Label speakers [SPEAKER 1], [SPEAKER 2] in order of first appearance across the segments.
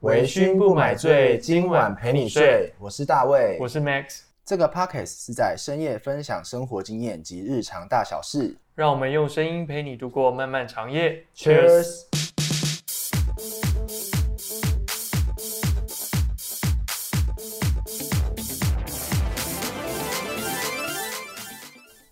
[SPEAKER 1] 微醺不买醉，今晚陪你睡。我是大卫，
[SPEAKER 2] 我是 Max，
[SPEAKER 1] 这个 podcast 是在深夜分享生活经验及日常大小事。
[SPEAKER 2] 让我们用声音陪你度过漫漫长夜。
[SPEAKER 1] Cheers！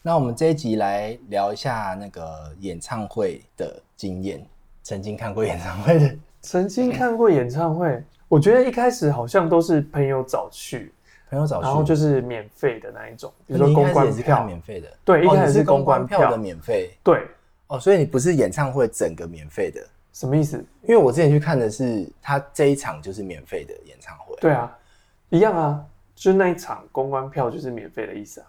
[SPEAKER 1] 那我们这一集来聊一下那个演唱会的经验，曾经看过演唱会的。
[SPEAKER 2] 曾经看过演唱会，我觉得一开始好像都是朋友找去，
[SPEAKER 1] 朋友找去，
[SPEAKER 2] 然后就是免费的那一种，比
[SPEAKER 1] 那
[SPEAKER 2] 如
[SPEAKER 1] 你
[SPEAKER 2] 说
[SPEAKER 1] 一
[SPEAKER 2] 公
[SPEAKER 1] 开始
[SPEAKER 2] 关
[SPEAKER 1] 也是看
[SPEAKER 2] 票。
[SPEAKER 1] 免费的，
[SPEAKER 2] 对一
[SPEAKER 1] 哦
[SPEAKER 2] 开
[SPEAKER 1] 你
[SPEAKER 2] 始
[SPEAKER 1] 是
[SPEAKER 2] 是公关
[SPEAKER 1] 票
[SPEAKER 2] 票
[SPEAKER 1] 的免费
[SPEAKER 2] 对，
[SPEAKER 1] 哦，所以你不是演唱会整个免费的，
[SPEAKER 2] 什么意思？
[SPEAKER 1] 因为我之前去看的是他这一场就是免费的演唱会，
[SPEAKER 2] 对啊，一样啊，就是那一场公关票就是免费的意思啊。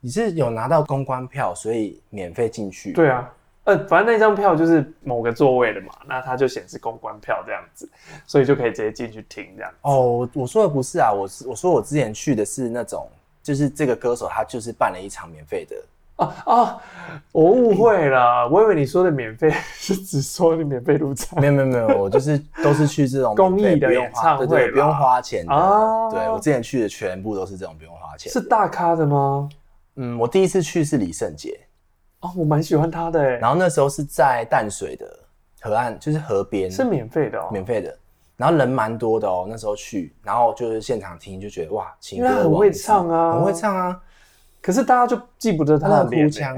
[SPEAKER 1] 你是有拿到公关票，所以免费进去，，
[SPEAKER 2] 对啊，呃，反正那张票就是某个座位的嘛，那它就显示公关票这样子，所以就可以直接进去听这样。
[SPEAKER 1] 哦，我我说的不是啊，我是我说我之前去的是那种，就是这个歌手他就是办了一场免费的，
[SPEAKER 2] 哦哦，我误会了，我以为你说的免费是只说你免费入场
[SPEAKER 1] 没有没有没有，我 就是都是去这种
[SPEAKER 2] 公益
[SPEAKER 1] 免费
[SPEAKER 2] 的
[SPEAKER 1] 不用
[SPEAKER 2] 演
[SPEAKER 1] 花
[SPEAKER 2] 唱
[SPEAKER 1] 对
[SPEAKER 2] 会
[SPEAKER 1] 对，
[SPEAKER 2] 啦
[SPEAKER 1] 不用花钱的，
[SPEAKER 2] 哦
[SPEAKER 1] 对我之前去的全部都是这种不用花钱，
[SPEAKER 2] 是大咖的吗？
[SPEAKER 1] 嗯，我第一次去是李圣杰，
[SPEAKER 2] 哦，我蛮喜欢他的欸诶，
[SPEAKER 1] 然后那时候是在淡水的河岸，就是河边，
[SPEAKER 2] 是免费的哦，
[SPEAKER 1] 免费的，然后人蛮多的哦。那时候去，然后就是现场听，就觉得哇，情
[SPEAKER 2] 因
[SPEAKER 1] 歌
[SPEAKER 2] 为他很
[SPEAKER 1] 王
[SPEAKER 2] 会
[SPEAKER 1] 子
[SPEAKER 2] 唱啊，
[SPEAKER 1] 很会，唱啊，
[SPEAKER 2] 可是大家就记不得他
[SPEAKER 1] 他的
[SPEAKER 2] 的
[SPEAKER 1] 哭
[SPEAKER 2] 脸欸诶。
[SPEAKER 1] 腔，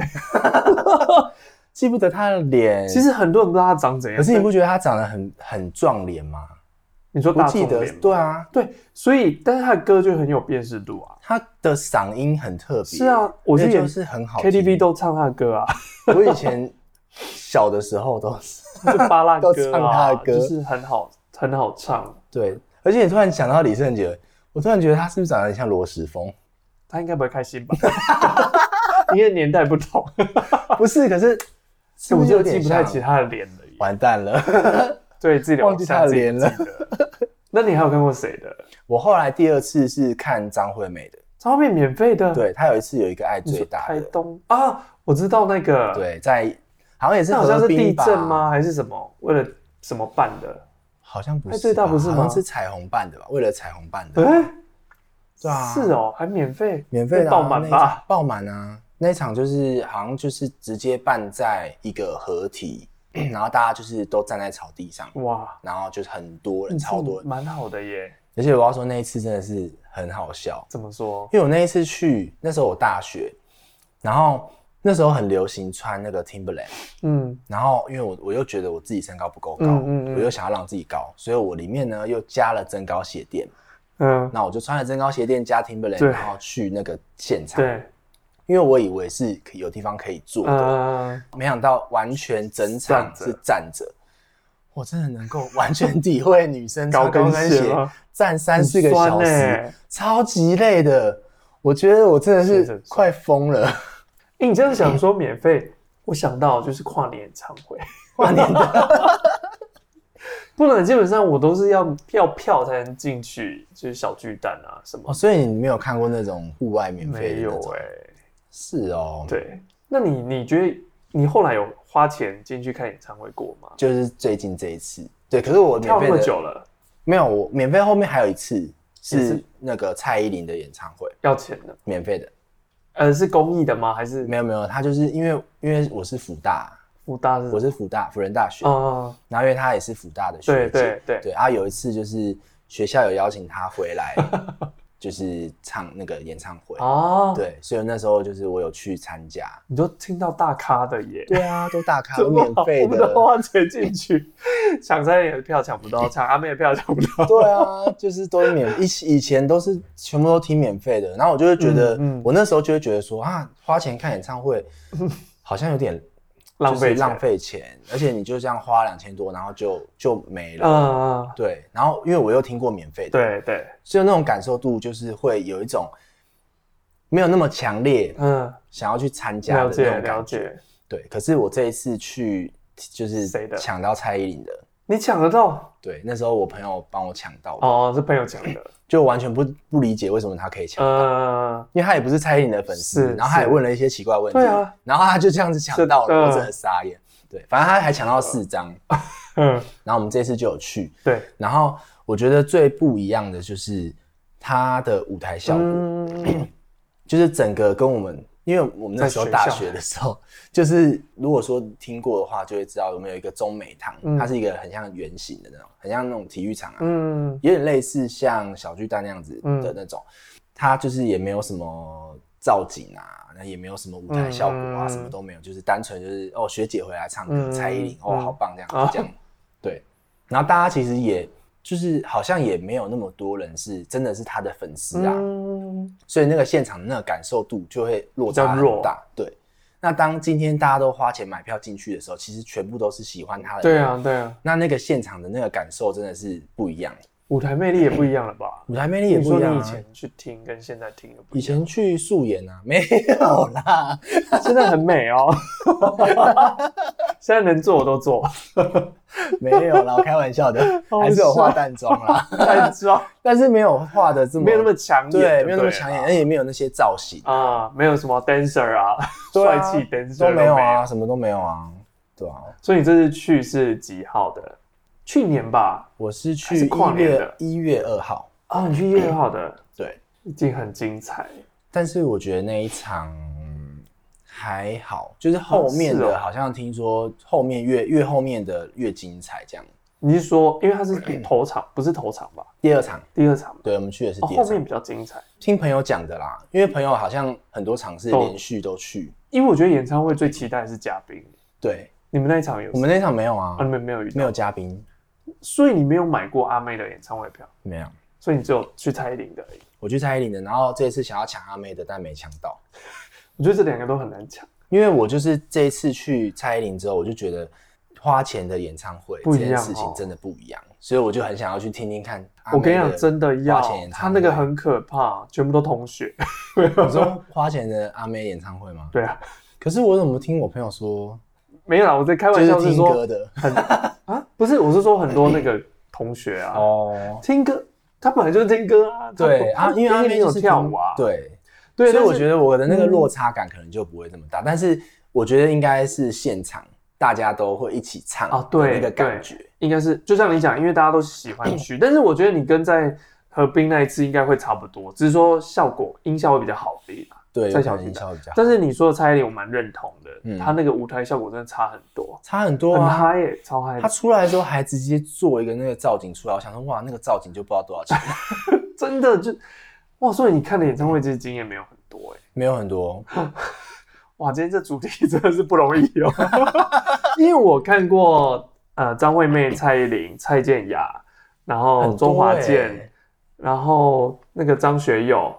[SPEAKER 1] 记不得他的脸。
[SPEAKER 2] 其实很多人不知道他长怎样，
[SPEAKER 1] 可是你不觉得他长得很很壮脸吗？
[SPEAKER 2] 你说
[SPEAKER 1] 不
[SPEAKER 2] 大
[SPEAKER 1] 记
[SPEAKER 2] 众
[SPEAKER 1] 得
[SPEAKER 2] 脸，吗
[SPEAKER 1] 对啊，
[SPEAKER 2] 对，所以但是他的歌就很有辨识度啊。
[SPEAKER 1] 他的嗓音很特别。
[SPEAKER 2] 是啊，我
[SPEAKER 1] 而
[SPEAKER 2] 之
[SPEAKER 1] 且
[SPEAKER 2] 前
[SPEAKER 1] 就是很好听
[SPEAKER 2] KTV 都唱他的 歌啊，
[SPEAKER 1] 我以前小的时候都是
[SPEAKER 2] 就巴拉
[SPEAKER 1] 都
[SPEAKER 2] 歌
[SPEAKER 1] 唱他
[SPEAKER 2] 啊，
[SPEAKER 1] 的歌
[SPEAKER 2] 就是很好很好唱。
[SPEAKER 1] 对，而且你突然想到李圣杰，我突然觉得他是不是长得很像罗时丰？
[SPEAKER 2] 他应该不会开心吧？ 因为年代不同，
[SPEAKER 1] 不是，可是是不
[SPEAKER 2] 我
[SPEAKER 1] 是
[SPEAKER 2] 就
[SPEAKER 1] 有
[SPEAKER 2] 记
[SPEAKER 1] 点
[SPEAKER 2] 不太
[SPEAKER 1] 像？
[SPEAKER 2] 起他的脸了耶。
[SPEAKER 1] 完蛋了！
[SPEAKER 2] 对自己
[SPEAKER 1] 忘记他的脸了
[SPEAKER 2] 自己记得。那你还有看过谁的？
[SPEAKER 1] 我后来第二次是看张惠妹的，
[SPEAKER 2] 张惠妹免费的，，
[SPEAKER 1] 对她有一次有一个爱
[SPEAKER 2] 你
[SPEAKER 1] 最
[SPEAKER 2] 说
[SPEAKER 1] 大
[SPEAKER 2] 台
[SPEAKER 1] 的，
[SPEAKER 2] 东啊，我知道那个，，
[SPEAKER 1] 对，在好像也是
[SPEAKER 2] 那好像
[SPEAKER 1] 河
[SPEAKER 2] 是
[SPEAKER 1] 滨
[SPEAKER 2] 地
[SPEAKER 1] 吧
[SPEAKER 2] 震？吗？还是什么？为了什么办的？
[SPEAKER 1] 好像不是吧，
[SPEAKER 2] 爱最大不是吗
[SPEAKER 1] 好像是彩虹办的吧？为了彩虹办的，
[SPEAKER 2] 哎，
[SPEAKER 1] 对啊，
[SPEAKER 2] 是，哦，还免费，
[SPEAKER 1] 免费的啊
[SPEAKER 2] 爆满
[SPEAKER 1] 那一场
[SPEAKER 2] 吧？
[SPEAKER 1] 爆满啊！那一场就是好像就是直接办在一个合体， 然后大家就是都站在草地上，
[SPEAKER 2] 哇，
[SPEAKER 1] 然后就是很多人，超多人，
[SPEAKER 2] 蛮好的耶。
[SPEAKER 1] 而且我要说那一次真的是很好笑，
[SPEAKER 2] 怎么说？
[SPEAKER 1] 因为我那一次去，那时候我大学，然后那时候很流行穿那个 Timberland，
[SPEAKER 2] 嗯，
[SPEAKER 1] 然后因为我我又觉得我自己身高不够高，
[SPEAKER 2] 嗯嗯嗯
[SPEAKER 1] 我又想要让自己高，所以我里面呢又加了增高鞋垫，
[SPEAKER 2] 嗯，
[SPEAKER 1] 那我就穿了增高鞋垫加 Timberland，
[SPEAKER 2] 对
[SPEAKER 1] 然后去那个现场，
[SPEAKER 2] 对，
[SPEAKER 1] 因为我以为是可以有地方可以坐的，
[SPEAKER 2] 嗯，
[SPEAKER 1] 没想到完全整场
[SPEAKER 2] 站着
[SPEAKER 1] 是站着。我真的能够完全体会女生穿
[SPEAKER 2] 高
[SPEAKER 1] 高
[SPEAKER 2] 跟
[SPEAKER 1] 跟
[SPEAKER 2] 鞋
[SPEAKER 1] 鞋
[SPEAKER 2] 吗
[SPEAKER 1] 站三四个小
[SPEAKER 2] 很
[SPEAKER 1] 时，
[SPEAKER 2] 酸欸
[SPEAKER 1] 超级累的。我觉得我真的
[SPEAKER 2] 是
[SPEAKER 1] 是
[SPEAKER 2] 很酸
[SPEAKER 1] 快疯了，
[SPEAKER 2] 欸你这样
[SPEAKER 1] 哎
[SPEAKER 2] 想说免费，我想到就是跨年演唱会，
[SPEAKER 1] 跨年的
[SPEAKER 2] 不然基本上我都是要要票才能进去，就是小巨蛋啊什么
[SPEAKER 1] 哦，，所以你没有看过那种户外免费的那
[SPEAKER 2] 没有
[SPEAKER 1] 种？
[SPEAKER 2] 哎、
[SPEAKER 1] 是哦，，
[SPEAKER 2] 对，那你你觉得你后来有花钱进去看演唱会过吗？
[SPEAKER 1] 就是最近这一次。对，可是我免
[SPEAKER 2] 跳那
[SPEAKER 1] 费
[SPEAKER 2] 么
[SPEAKER 1] 的
[SPEAKER 2] 久了，
[SPEAKER 1] 没有，我免费后面还有一次
[SPEAKER 2] 也
[SPEAKER 1] 是
[SPEAKER 2] 是
[SPEAKER 1] 那个蔡依林的演唱会，
[SPEAKER 2] 要钱的，
[SPEAKER 1] 免费的。
[SPEAKER 2] 呃，是公益的吗？还是
[SPEAKER 1] 没有没有，他就是因为因为我是福大，
[SPEAKER 2] 福大是什
[SPEAKER 1] 我
[SPEAKER 2] 么？
[SPEAKER 1] 是福大辅仁大学，
[SPEAKER 2] 啊，
[SPEAKER 1] 然后因为他也是福大的学姐，
[SPEAKER 2] 对对对
[SPEAKER 1] 哦对啊，有一次就是学校有邀请他回 来，就是唱那个演唱会，
[SPEAKER 2] 啊，
[SPEAKER 1] 对，所以那时候就是我有去参加，
[SPEAKER 2] 你都听到大咖的耶，
[SPEAKER 1] 对啊，都大 咖，都免费
[SPEAKER 2] 我们都
[SPEAKER 1] 的，
[SPEAKER 2] 花钱进去， 抢三年的票抢不 到，抢阿妹的票抢不到。
[SPEAKER 1] 对啊，就是都免，以以前都是全部都听免费的，然后我就会觉得，
[SPEAKER 2] 嗯嗯
[SPEAKER 1] 我那时候就会觉得说啊，花钱看演唱会好像有点
[SPEAKER 2] 浪费
[SPEAKER 1] 就是浪
[SPEAKER 2] 钱
[SPEAKER 1] 费钱，而且你就这样花两千多，然后就就没了，
[SPEAKER 2] 嗯，嗯
[SPEAKER 1] 对，然后因为我又听过免费的，
[SPEAKER 2] 对对，
[SPEAKER 1] 所以那种感受度就是会有一种没有那么强烈，
[SPEAKER 2] 嗯，
[SPEAKER 1] 想要去参加的
[SPEAKER 2] 了
[SPEAKER 1] 那
[SPEAKER 2] 解
[SPEAKER 1] 种
[SPEAKER 2] 了
[SPEAKER 1] 感觉。
[SPEAKER 2] 解。
[SPEAKER 1] 对，可是我这一次去就是
[SPEAKER 2] 谁的
[SPEAKER 1] 抢到蔡依林的，
[SPEAKER 2] 你抢得到
[SPEAKER 1] 对，那时候我朋友帮我抢到的，
[SPEAKER 2] 哦，是朋友抢 的。
[SPEAKER 1] 就完全不不理解为什么他可以抢。
[SPEAKER 2] 嗯，
[SPEAKER 1] 因为他也不是蔡依林的粉丝，
[SPEAKER 2] 是
[SPEAKER 1] 然后他也
[SPEAKER 2] 是
[SPEAKER 1] 问了一些奇怪的问题，
[SPEAKER 2] 对啊
[SPEAKER 1] 然后他就这样子抢到
[SPEAKER 2] 是的嗯
[SPEAKER 1] 了，我真的傻眼。对，反正他还抢到四张，
[SPEAKER 2] 嗯，
[SPEAKER 1] 然后我们这次就有去，
[SPEAKER 2] 对，
[SPEAKER 1] 然后我觉得最不一样的就是它的舞台效果，
[SPEAKER 2] 嗯，
[SPEAKER 1] 就是整个跟我们，因为我们那时候
[SPEAKER 2] 在学
[SPEAKER 1] 大
[SPEAKER 2] 校
[SPEAKER 1] 学的时候， 就是如果说听过的话，就会知道我们有一个中美堂，
[SPEAKER 2] 嗯
[SPEAKER 1] 它是一个很像圆形的那种，很像那种体育场啊，
[SPEAKER 2] 嗯，
[SPEAKER 1] 有点类似像小巨蛋那样子的那种，它就是也没有什么造景啊，那也没有什么舞台效果啊，
[SPEAKER 2] 嗯
[SPEAKER 1] 什么都没有，就是单纯就是哦学姐回来唱歌，
[SPEAKER 2] 嗯
[SPEAKER 1] 蔡依林哦
[SPEAKER 2] 嗯
[SPEAKER 1] 好棒这样、
[SPEAKER 2] 啊
[SPEAKER 1] 这样，对，然后大家其实也就是好像也没有那么多人是真的是他的粉丝啊，
[SPEAKER 2] 嗯，
[SPEAKER 1] 所以那个现场的那个感受度就会落差
[SPEAKER 2] 比较弱
[SPEAKER 1] 很大，对。那当今天大家都花钱买票进去的时候，其实全部都是喜欢他的，
[SPEAKER 2] 对。啊，对啊，
[SPEAKER 1] 那那个现场的那个感受真的是不一样，
[SPEAKER 2] 舞台魅力也不一样了吧？
[SPEAKER 1] 舞台魅力也不一样、啊。
[SPEAKER 2] 你说你以前去听跟现在听的不
[SPEAKER 1] 以
[SPEAKER 2] 一样，
[SPEAKER 1] 前去素颜 啊，没有啦，
[SPEAKER 2] 真的很美 哦。现在能做我都做，
[SPEAKER 1] 没有啦，我开玩笑的，
[SPEAKER 2] 好
[SPEAKER 1] 还是有化
[SPEAKER 2] 笑
[SPEAKER 1] 淡妆啦，
[SPEAKER 2] 但装
[SPEAKER 1] 但是没有化的这么
[SPEAKER 2] 没有那么抢眼啊就
[SPEAKER 1] 对，
[SPEAKER 2] 了，
[SPEAKER 1] 没有那么抢眼，而且也没有那些造型，
[SPEAKER 2] 啊，没有什么 dancer 啊，
[SPEAKER 1] 对
[SPEAKER 2] 帅
[SPEAKER 1] 啊
[SPEAKER 2] 气 dancer
[SPEAKER 1] 都没有
[SPEAKER 2] 有
[SPEAKER 1] 啊，。什么都没有啊，对啊，
[SPEAKER 2] 所以你这次去是几号的？去年吧。
[SPEAKER 1] 我是
[SPEAKER 2] 还是
[SPEAKER 1] 去
[SPEAKER 2] 跨
[SPEAKER 1] 一
[SPEAKER 2] 年
[SPEAKER 1] 月
[SPEAKER 2] 的
[SPEAKER 1] 一月二号，嗯
[SPEAKER 2] 哦，你去一月二号的，
[SPEAKER 1] 对，
[SPEAKER 2] 已经很精彩。
[SPEAKER 1] 但是我觉得那一场嗯还好，就是后面
[SPEAKER 2] 哦是
[SPEAKER 1] 的
[SPEAKER 2] 哦
[SPEAKER 1] 好像听说后面越越后面的越精彩，这样。
[SPEAKER 2] 你是说，因为它是头场，不是头场吧？
[SPEAKER 1] 第二场，
[SPEAKER 2] 第二场吧，
[SPEAKER 1] 对我们去的是
[SPEAKER 2] 哦，
[SPEAKER 1] 第二
[SPEAKER 2] 后
[SPEAKER 1] 场，
[SPEAKER 2] 面比较精彩。
[SPEAKER 1] 听朋友讲的啦，因为朋友好像很多场是
[SPEAKER 2] 都
[SPEAKER 1] 连续都去，
[SPEAKER 2] 因为我觉得演唱会最期待的是嘉宾，
[SPEAKER 1] 对
[SPEAKER 2] 你们那一场有
[SPEAKER 1] 我们那场没有啊
[SPEAKER 2] 啊，，你们没有遇到，
[SPEAKER 1] 没有嘉宾，
[SPEAKER 2] 所以你没有买过阿妹的演唱会票，
[SPEAKER 1] 没有。
[SPEAKER 2] 所以你只有去蔡依林的而已。
[SPEAKER 1] 我去蔡依林的，然后这一次想要抢阿妹的，但没抢到，
[SPEAKER 2] 我觉得这两个都很难抢，
[SPEAKER 1] 因为我就是这一次去蔡依林之后，我就觉得花钱的演唱会
[SPEAKER 2] 不
[SPEAKER 1] 这
[SPEAKER 2] 一样
[SPEAKER 1] 件事情
[SPEAKER 2] 哦
[SPEAKER 1] 真的不一样，所以我就很想要去听听看阿妹。
[SPEAKER 2] 我跟你讲，真的要
[SPEAKER 1] 花钱演唱
[SPEAKER 2] 他
[SPEAKER 1] 会
[SPEAKER 2] 那个很可怕，全部都同学。
[SPEAKER 1] 你说花钱的阿妹演唱会吗？
[SPEAKER 2] 对啊，
[SPEAKER 1] 可是我怎么听我朋友说，
[SPEAKER 2] 没有啦，我在开
[SPEAKER 1] 就
[SPEAKER 2] 玩
[SPEAKER 1] 是
[SPEAKER 2] 笑啊是
[SPEAKER 1] 听
[SPEAKER 2] 说
[SPEAKER 1] 歌 的
[SPEAKER 2] 很啊，不是，我是说很多那个同学啊，
[SPEAKER 1] 哎哦。
[SPEAKER 2] 听歌，他本来就是听歌啊，他
[SPEAKER 1] 对
[SPEAKER 2] 他
[SPEAKER 1] 啊，因为阿
[SPEAKER 2] 里
[SPEAKER 1] 妹
[SPEAKER 2] 面
[SPEAKER 1] 就
[SPEAKER 2] 有
[SPEAKER 1] 是听
[SPEAKER 2] 跳舞啊，
[SPEAKER 1] 对，
[SPEAKER 2] 对，
[SPEAKER 1] 所以
[SPEAKER 2] 但
[SPEAKER 1] 我
[SPEAKER 2] 是嗯
[SPEAKER 1] 觉得我的那个落差感可能就不会这么大，但是我觉得应该是现场大家都会一起唱
[SPEAKER 2] 啊对
[SPEAKER 1] 的那个感觉。
[SPEAKER 2] 应该是就像你讲，因为大家都喜 欢去，但是我觉得你跟在河滨那一次应该会差不多，只是说效果音效会比较好一点啊。
[SPEAKER 1] 对，
[SPEAKER 2] 在
[SPEAKER 1] 在
[SPEAKER 2] 小
[SPEAKER 1] 小
[SPEAKER 2] 巨
[SPEAKER 1] 音
[SPEAKER 2] 蛋
[SPEAKER 1] 效比较好，
[SPEAKER 2] 但是你说的蔡依林，我蛮认同的，
[SPEAKER 1] 嗯
[SPEAKER 2] 她那个舞台效果真的差很多，
[SPEAKER 1] 差很多
[SPEAKER 2] 很
[SPEAKER 1] 啊。
[SPEAKER 2] 嗨耶、超嗨
[SPEAKER 1] 他
[SPEAKER 2] 的，
[SPEAKER 1] 出来的时候还直接做一个那个造景出来，我想说哇，那个造景就不知道多少钱，
[SPEAKER 2] 真的就哇！所以你看的演唱会其实经验没有很多哎、
[SPEAKER 1] 没有很多。
[SPEAKER 2] 哇，今天这主题 真的是不容易哦， 因为我看过呃张惠妹、蔡依林、蔡健雅，然后
[SPEAKER 1] 很多
[SPEAKER 2] 周哦华
[SPEAKER 1] 欸
[SPEAKER 2] 健，然后那个张学友，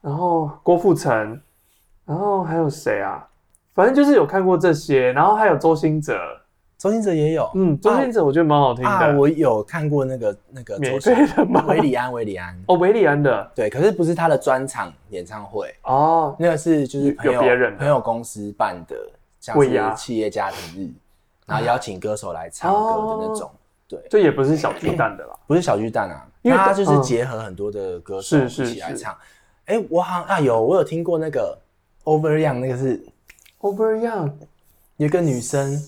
[SPEAKER 2] 然后郭富城，然后还有谁啊？反正就是有看过这些，然后还有周兴哲，
[SPEAKER 1] 周星哲也有
[SPEAKER 2] 嗯，周兴哲我觉得蛮好听的，
[SPEAKER 1] 啊，我有看过那个那个
[SPEAKER 2] 免
[SPEAKER 1] 周
[SPEAKER 2] 费
[SPEAKER 1] 星
[SPEAKER 2] 的吗？
[SPEAKER 1] 维里安维里安，
[SPEAKER 2] 哦，维里安的
[SPEAKER 1] 对，可是不是他的专场演唱会，
[SPEAKER 2] 哦，
[SPEAKER 1] 那个是就是
[SPEAKER 2] 有
[SPEAKER 1] 朋友
[SPEAKER 2] 有别人的
[SPEAKER 1] 朋友公司办的，像
[SPEAKER 2] 尾牙
[SPEAKER 1] 是企业家庭日，然后邀请歌手来唱歌的那种，对，
[SPEAKER 2] 这也不是小巨蛋的啦，
[SPEAKER 1] 不是小巨蛋啊，
[SPEAKER 2] 哦因为
[SPEAKER 1] 他就
[SPEAKER 2] 嗯
[SPEAKER 1] 是结合很多的歌手
[SPEAKER 2] 是
[SPEAKER 1] 一
[SPEAKER 2] 是
[SPEAKER 1] 起来
[SPEAKER 2] 是
[SPEAKER 1] 唱。哎、我好像啊有我有听过那个 Over Young 那个是
[SPEAKER 2] Over Young，
[SPEAKER 1] 有一个女生，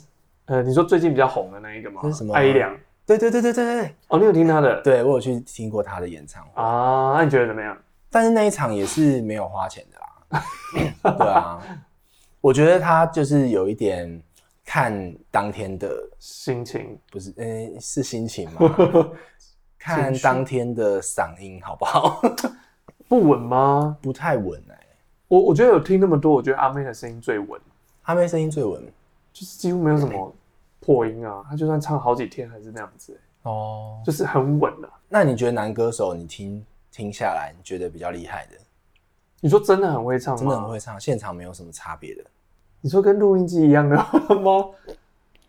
[SPEAKER 2] 呃，你说最近比较红的那一个吗？
[SPEAKER 1] 这是什么
[SPEAKER 2] 艾依良。
[SPEAKER 1] 对对对对对对对，
[SPEAKER 2] 哦，你有听他的？
[SPEAKER 1] 对我有去听过她的演唱会，
[SPEAKER 2] 啊，那你觉得怎么样？
[SPEAKER 1] 但是那一场也是没有花钱的啦。 对啊，我觉得她就是有一点看当天的
[SPEAKER 2] 心情？
[SPEAKER 1] 不是，嗯、是心情吗？ 看
[SPEAKER 2] 情绪
[SPEAKER 1] 当天的嗓音好不好？
[SPEAKER 2] 不稳吗？
[SPEAKER 1] 不太稳哎、
[SPEAKER 2] 我我觉得有听那么多，我觉得阿妹的声音最稳，
[SPEAKER 1] 阿妹声音最稳
[SPEAKER 2] 就是几乎没有什么破音啊。她就算唱好几天还是那样子、
[SPEAKER 1] 哦。
[SPEAKER 2] 就是很稳啊。
[SPEAKER 1] 那你觉得男歌手你听听下来，你觉得比较厉害的，
[SPEAKER 2] 你说真的很会唱吗？
[SPEAKER 1] 真的很会唱，现场没有什么差别的。
[SPEAKER 2] 你说跟录音机一样的吗？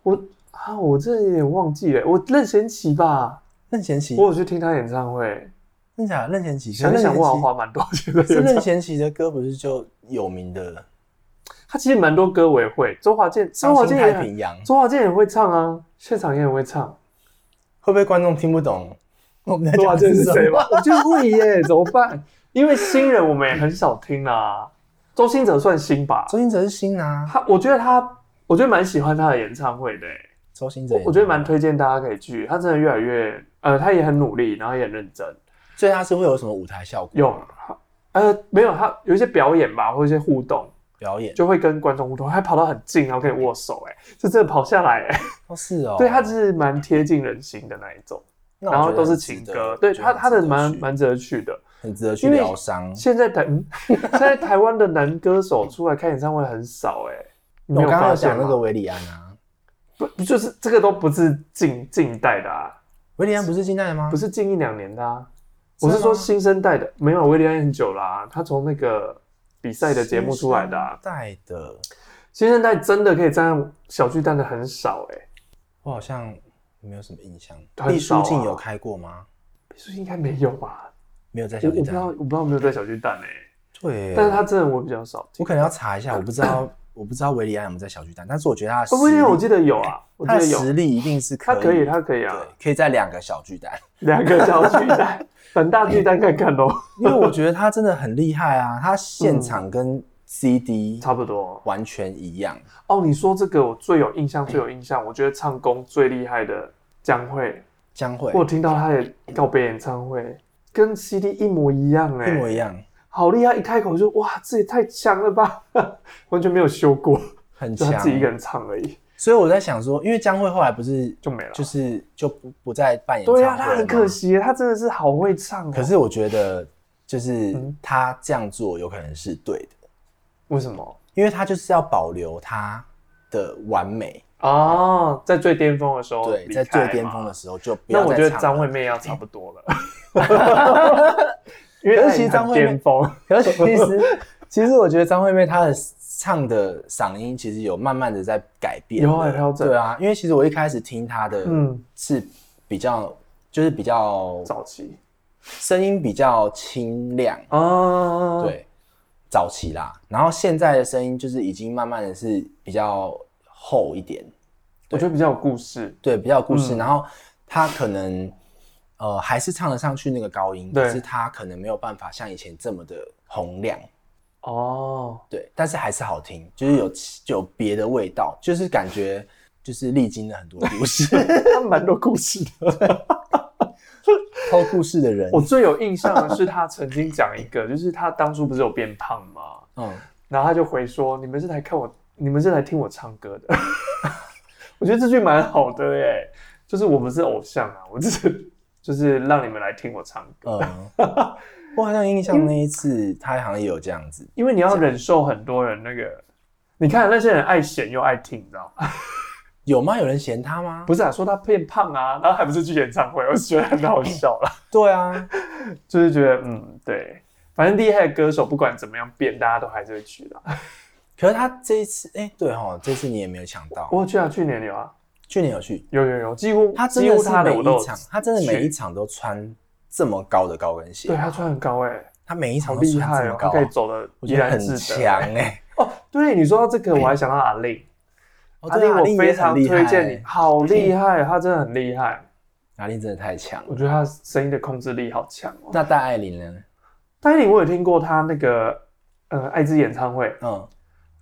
[SPEAKER 2] 我啊，我这有点忘记了。我任贤齐吧，
[SPEAKER 1] 任贤齐
[SPEAKER 2] 我，有去听他演唱会，
[SPEAKER 1] 真假的？任贤齐，
[SPEAKER 2] 想
[SPEAKER 1] 可
[SPEAKER 2] 一
[SPEAKER 1] 是任
[SPEAKER 2] 想
[SPEAKER 1] 贤
[SPEAKER 2] 我
[SPEAKER 1] 齐
[SPEAKER 2] 好像花蛮多钱的
[SPEAKER 1] 是
[SPEAKER 2] 演
[SPEAKER 1] 任
[SPEAKER 2] 唱会。
[SPEAKER 1] 贤齐的歌不是就有名的
[SPEAKER 2] 他其实蛮多歌我也会，周华健，
[SPEAKER 1] 《
[SPEAKER 2] 周
[SPEAKER 1] 伤
[SPEAKER 2] 华
[SPEAKER 1] 心
[SPEAKER 2] 健也
[SPEAKER 1] 太
[SPEAKER 2] 很
[SPEAKER 1] 平洋》？
[SPEAKER 2] 周华健也会唱啊，现场也很会唱。
[SPEAKER 1] 会不会观众听不懂我们在
[SPEAKER 2] 周华
[SPEAKER 1] 哎讲
[SPEAKER 2] 健啊是
[SPEAKER 1] 什
[SPEAKER 2] 谁
[SPEAKER 1] 么？
[SPEAKER 2] 吧？我觉得会耶，怎么办？因为新人我们也很少听啦。周兴哲算新吧，
[SPEAKER 1] 周星哲是新啊，
[SPEAKER 2] 他我觉得他，我觉得蛮喜欢他的演唱会的耶。
[SPEAKER 1] 周周星哲
[SPEAKER 2] 我
[SPEAKER 1] 也
[SPEAKER 2] 我觉得蛮推荐大家可以去，他真的越来越呃，他也很努力，然后也很认真。
[SPEAKER 1] 所以他是会有什么舞台效果吗？
[SPEAKER 2] 有呃没有他有一些表演吧，或者一些互动，
[SPEAKER 1] 表演
[SPEAKER 2] 就会跟观众互动，还跑到很近，然后可以握手、哎，就真的跑下来、哎，
[SPEAKER 1] 哦是哦，
[SPEAKER 2] 对，他就是蛮贴近人心的那一种，
[SPEAKER 1] 那我
[SPEAKER 2] 然后
[SPEAKER 1] 觉得
[SPEAKER 2] 都是
[SPEAKER 1] 很
[SPEAKER 2] 情
[SPEAKER 1] 值得
[SPEAKER 2] 歌
[SPEAKER 1] 我，
[SPEAKER 2] 对
[SPEAKER 1] 觉得
[SPEAKER 2] 他
[SPEAKER 1] 很
[SPEAKER 2] 他
[SPEAKER 1] 值
[SPEAKER 2] 的
[SPEAKER 1] 得
[SPEAKER 2] 蛮
[SPEAKER 1] 去
[SPEAKER 2] 蛮值得去的。
[SPEAKER 1] 很值得去
[SPEAKER 2] 因为
[SPEAKER 1] 疗伤。
[SPEAKER 2] 现在台嗯， 现在台湾的男歌手出来开演唱会很少哎、你
[SPEAKER 1] 我
[SPEAKER 2] 没有
[SPEAKER 1] 刚刚
[SPEAKER 2] 发
[SPEAKER 1] 有
[SPEAKER 2] 现
[SPEAKER 1] 讲那个
[SPEAKER 2] 吗？
[SPEAKER 1] 维里安啊，
[SPEAKER 2] 不不就是这个都不是近近代的啊，
[SPEAKER 1] 维里安不是近代的吗？
[SPEAKER 2] 不是近一两年的啊，
[SPEAKER 1] 是
[SPEAKER 2] 我是说
[SPEAKER 1] 吗
[SPEAKER 2] 新生代的，没有啊威利安很久啦、他从那个比赛的节目出来的、啊，
[SPEAKER 1] 带的，
[SPEAKER 2] 新生代真的可以站在小巨蛋的很少哎、
[SPEAKER 1] 我好像没有什么印象。
[SPEAKER 2] 很
[SPEAKER 1] 毕
[SPEAKER 2] 少啊
[SPEAKER 1] 书尽有开过吗？
[SPEAKER 2] 毕书尽应该没有吧？
[SPEAKER 1] 没有在
[SPEAKER 2] 我
[SPEAKER 1] 小
[SPEAKER 2] 我
[SPEAKER 1] 巨
[SPEAKER 2] 不知
[SPEAKER 1] 蛋
[SPEAKER 2] 道，。我不知道有没有在小巨蛋哎、
[SPEAKER 1] 对，啊
[SPEAKER 2] 但是他真的我比较少
[SPEAKER 1] 我
[SPEAKER 2] 听。
[SPEAKER 1] 可能要查一下，我不知道，我不知道维里安有没有在小巨蛋，但是我觉得他的实
[SPEAKER 2] 哦，威利安我
[SPEAKER 1] 力，
[SPEAKER 2] 记得有啊，我记
[SPEAKER 1] 他的
[SPEAKER 2] 得有，
[SPEAKER 1] 实力一定是
[SPEAKER 2] 他
[SPEAKER 1] 可
[SPEAKER 2] 可以，
[SPEAKER 1] 以，
[SPEAKER 2] 他可以啊，
[SPEAKER 1] 对，可以在两个小巨蛋，
[SPEAKER 2] 两个小巨 蛋，很大巨蛋看看咯，
[SPEAKER 1] 因为我觉得他真的很厉害啊，他现场跟 CD
[SPEAKER 2] 差不多。
[SPEAKER 1] 完全一样，
[SPEAKER 2] 哦，你说这个我最有印象，最有印象，我觉得唱功最厉害的江蕙，
[SPEAKER 1] 将会
[SPEAKER 2] 我听到他的告别演唱会，跟 CD 一模一样哎、
[SPEAKER 1] 一模一样，
[SPEAKER 2] 好厉害！一开口就哇，这也太强了吧， 完全没有修过，
[SPEAKER 1] 很
[SPEAKER 2] 就他
[SPEAKER 1] 强。
[SPEAKER 2] 自己一个人唱而已，
[SPEAKER 1] 所以我在想说，因为江蕙后来不是
[SPEAKER 2] 就没了。
[SPEAKER 1] 就是就不不再办演唱会
[SPEAKER 2] 对
[SPEAKER 1] 了
[SPEAKER 2] 呀、
[SPEAKER 1] 吗
[SPEAKER 2] 他很可。惜，他真的是好会唱、哦。
[SPEAKER 1] 可是我觉得，就是
[SPEAKER 2] 嗯
[SPEAKER 1] 他这样做有可能是对的，
[SPEAKER 2] 为什么？
[SPEAKER 1] 因为他就是要保留他的完美，
[SPEAKER 2] 哦，在最巅峰的时候
[SPEAKER 1] 对，
[SPEAKER 2] 哦离
[SPEAKER 1] 在
[SPEAKER 2] 开
[SPEAKER 1] 最
[SPEAKER 2] 嘛
[SPEAKER 1] 巅峰的时候就不
[SPEAKER 2] 那
[SPEAKER 1] 要
[SPEAKER 2] 我
[SPEAKER 1] 再
[SPEAKER 2] 觉得
[SPEAKER 1] 唱
[SPEAKER 2] 张
[SPEAKER 1] 了
[SPEAKER 2] 惠妹要差不多了， 因为
[SPEAKER 1] 可
[SPEAKER 2] 她
[SPEAKER 1] 是其实
[SPEAKER 2] 已经
[SPEAKER 1] 张
[SPEAKER 2] 很
[SPEAKER 1] 惠妹
[SPEAKER 2] 巅峰。
[SPEAKER 1] 可是其 实其实我觉得张惠妹她的唱的嗓音其实有慢慢的在改变的，
[SPEAKER 2] 有啊调整
[SPEAKER 1] 对啊，因为其实我一开始听她的，嗯，
[SPEAKER 2] 嗯，
[SPEAKER 1] 是比较就是比较
[SPEAKER 2] 早期
[SPEAKER 1] 声音比较清亮，
[SPEAKER 2] 啊，，
[SPEAKER 1] 对，早期啦，然后现在的声音就是已经慢慢的是比较厚一点，
[SPEAKER 2] 我觉得比较有故事。
[SPEAKER 1] 对，比较有故事，
[SPEAKER 2] 嗯
[SPEAKER 1] 然后她可能。呃，还是唱得上去那个高音，
[SPEAKER 2] 对
[SPEAKER 1] 可是她可能没有办法像以前这么的洪亮，
[SPEAKER 2] 哦，
[SPEAKER 1] 对，但是还是好听，就是有就有别的味道，就是感觉就是历经了很多故 事，
[SPEAKER 2] 她蛮多故事的。
[SPEAKER 1] 偷故事的人
[SPEAKER 2] 我，最有印象的是她曾经讲一个，就是她当初不是有变胖吗？
[SPEAKER 1] 嗯，
[SPEAKER 2] 然后他就回说：“你们是来看我，你们是来听我唱歌的。” 我觉得这句蛮好的耶，就是我不是偶像啊，我只是就是让你们来听我唱歌，
[SPEAKER 1] 嗯，我好像印象那一次他好像也有这样子，
[SPEAKER 2] 因为你要忍受很多人那个，你看那些人爱显又爱听，你知道吗？
[SPEAKER 1] 有吗？有人嫌他吗？
[SPEAKER 2] 啊不是啊，说他变胖啊，然后还不是去演唱会，我就觉得很好笑啦，
[SPEAKER 1] 对啊，
[SPEAKER 2] 就是觉得嗯，对，反正厉害的歌手不管怎么样变，大家都还是会去的。
[SPEAKER 1] 可是他这一次，哎、对哈，这次你也没有抢到，
[SPEAKER 2] 我有去啊，去年有啊，
[SPEAKER 1] 去年有去，
[SPEAKER 2] 有有有，几乎
[SPEAKER 1] 他真
[SPEAKER 2] 几
[SPEAKER 1] 的
[SPEAKER 2] 乎
[SPEAKER 1] 是
[SPEAKER 2] 他的
[SPEAKER 1] 每
[SPEAKER 2] 我都有
[SPEAKER 1] 一场，他真的每
[SPEAKER 2] 去
[SPEAKER 1] 一场都穿这么高的高跟鞋，
[SPEAKER 2] 对他穿很高哎。
[SPEAKER 1] 他每一
[SPEAKER 2] 好
[SPEAKER 1] 场都
[SPEAKER 2] 厉
[SPEAKER 1] 穿
[SPEAKER 2] 害
[SPEAKER 1] 这
[SPEAKER 2] 哦
[SPEAKER 1] 么，
[SPEAKER 2] 他
[SPEAKER 1] 高、
[SPEAKER 2] 可以
[SPEAKER 1] 啊，
[SPEAKER 2] 走的
[SPEAKER 1] 我
[SPEAKER 2] 依
[SPEAKER 1] 觉得
[SPEAKER 2] 然
[SPEAKER 1] 很
[SPEAKER 2] 自得。
[SPEAKER 1] 强哎、
[SPEAKER 2] 哦，对，你说到这个，我还想到阿令，
[SPEAKER 1] 哦
[SPEAKER 2] 阿
[SPEAKER 1] 对
[SPEAKER 2] 令
[SPEAKER 1] 啊，
[SPEAKER 2] 我
[SPEAKER 1] 阿令也
[SPEAKER 2] 非
[SPEAKER 1] 很
[SPEAKER 2] 常
[SPEAKER 1] 厉
[SPEAKER 2] 推荐
[SPEAKER 1] 害
[SPEAKER 2] 你，好厉害，他真的很厉害，
[SPEAKER 1] 阿令真的太强了
[SPEAKER 2] 我。觉得他声音的控制力好强哦。
[SPEAKER 1] 那戴爱玲呢？
[SPEAKER 2] 戴琳我有听过他那个呃艾滋演唱会，
[SPEAKER 1] 嗯，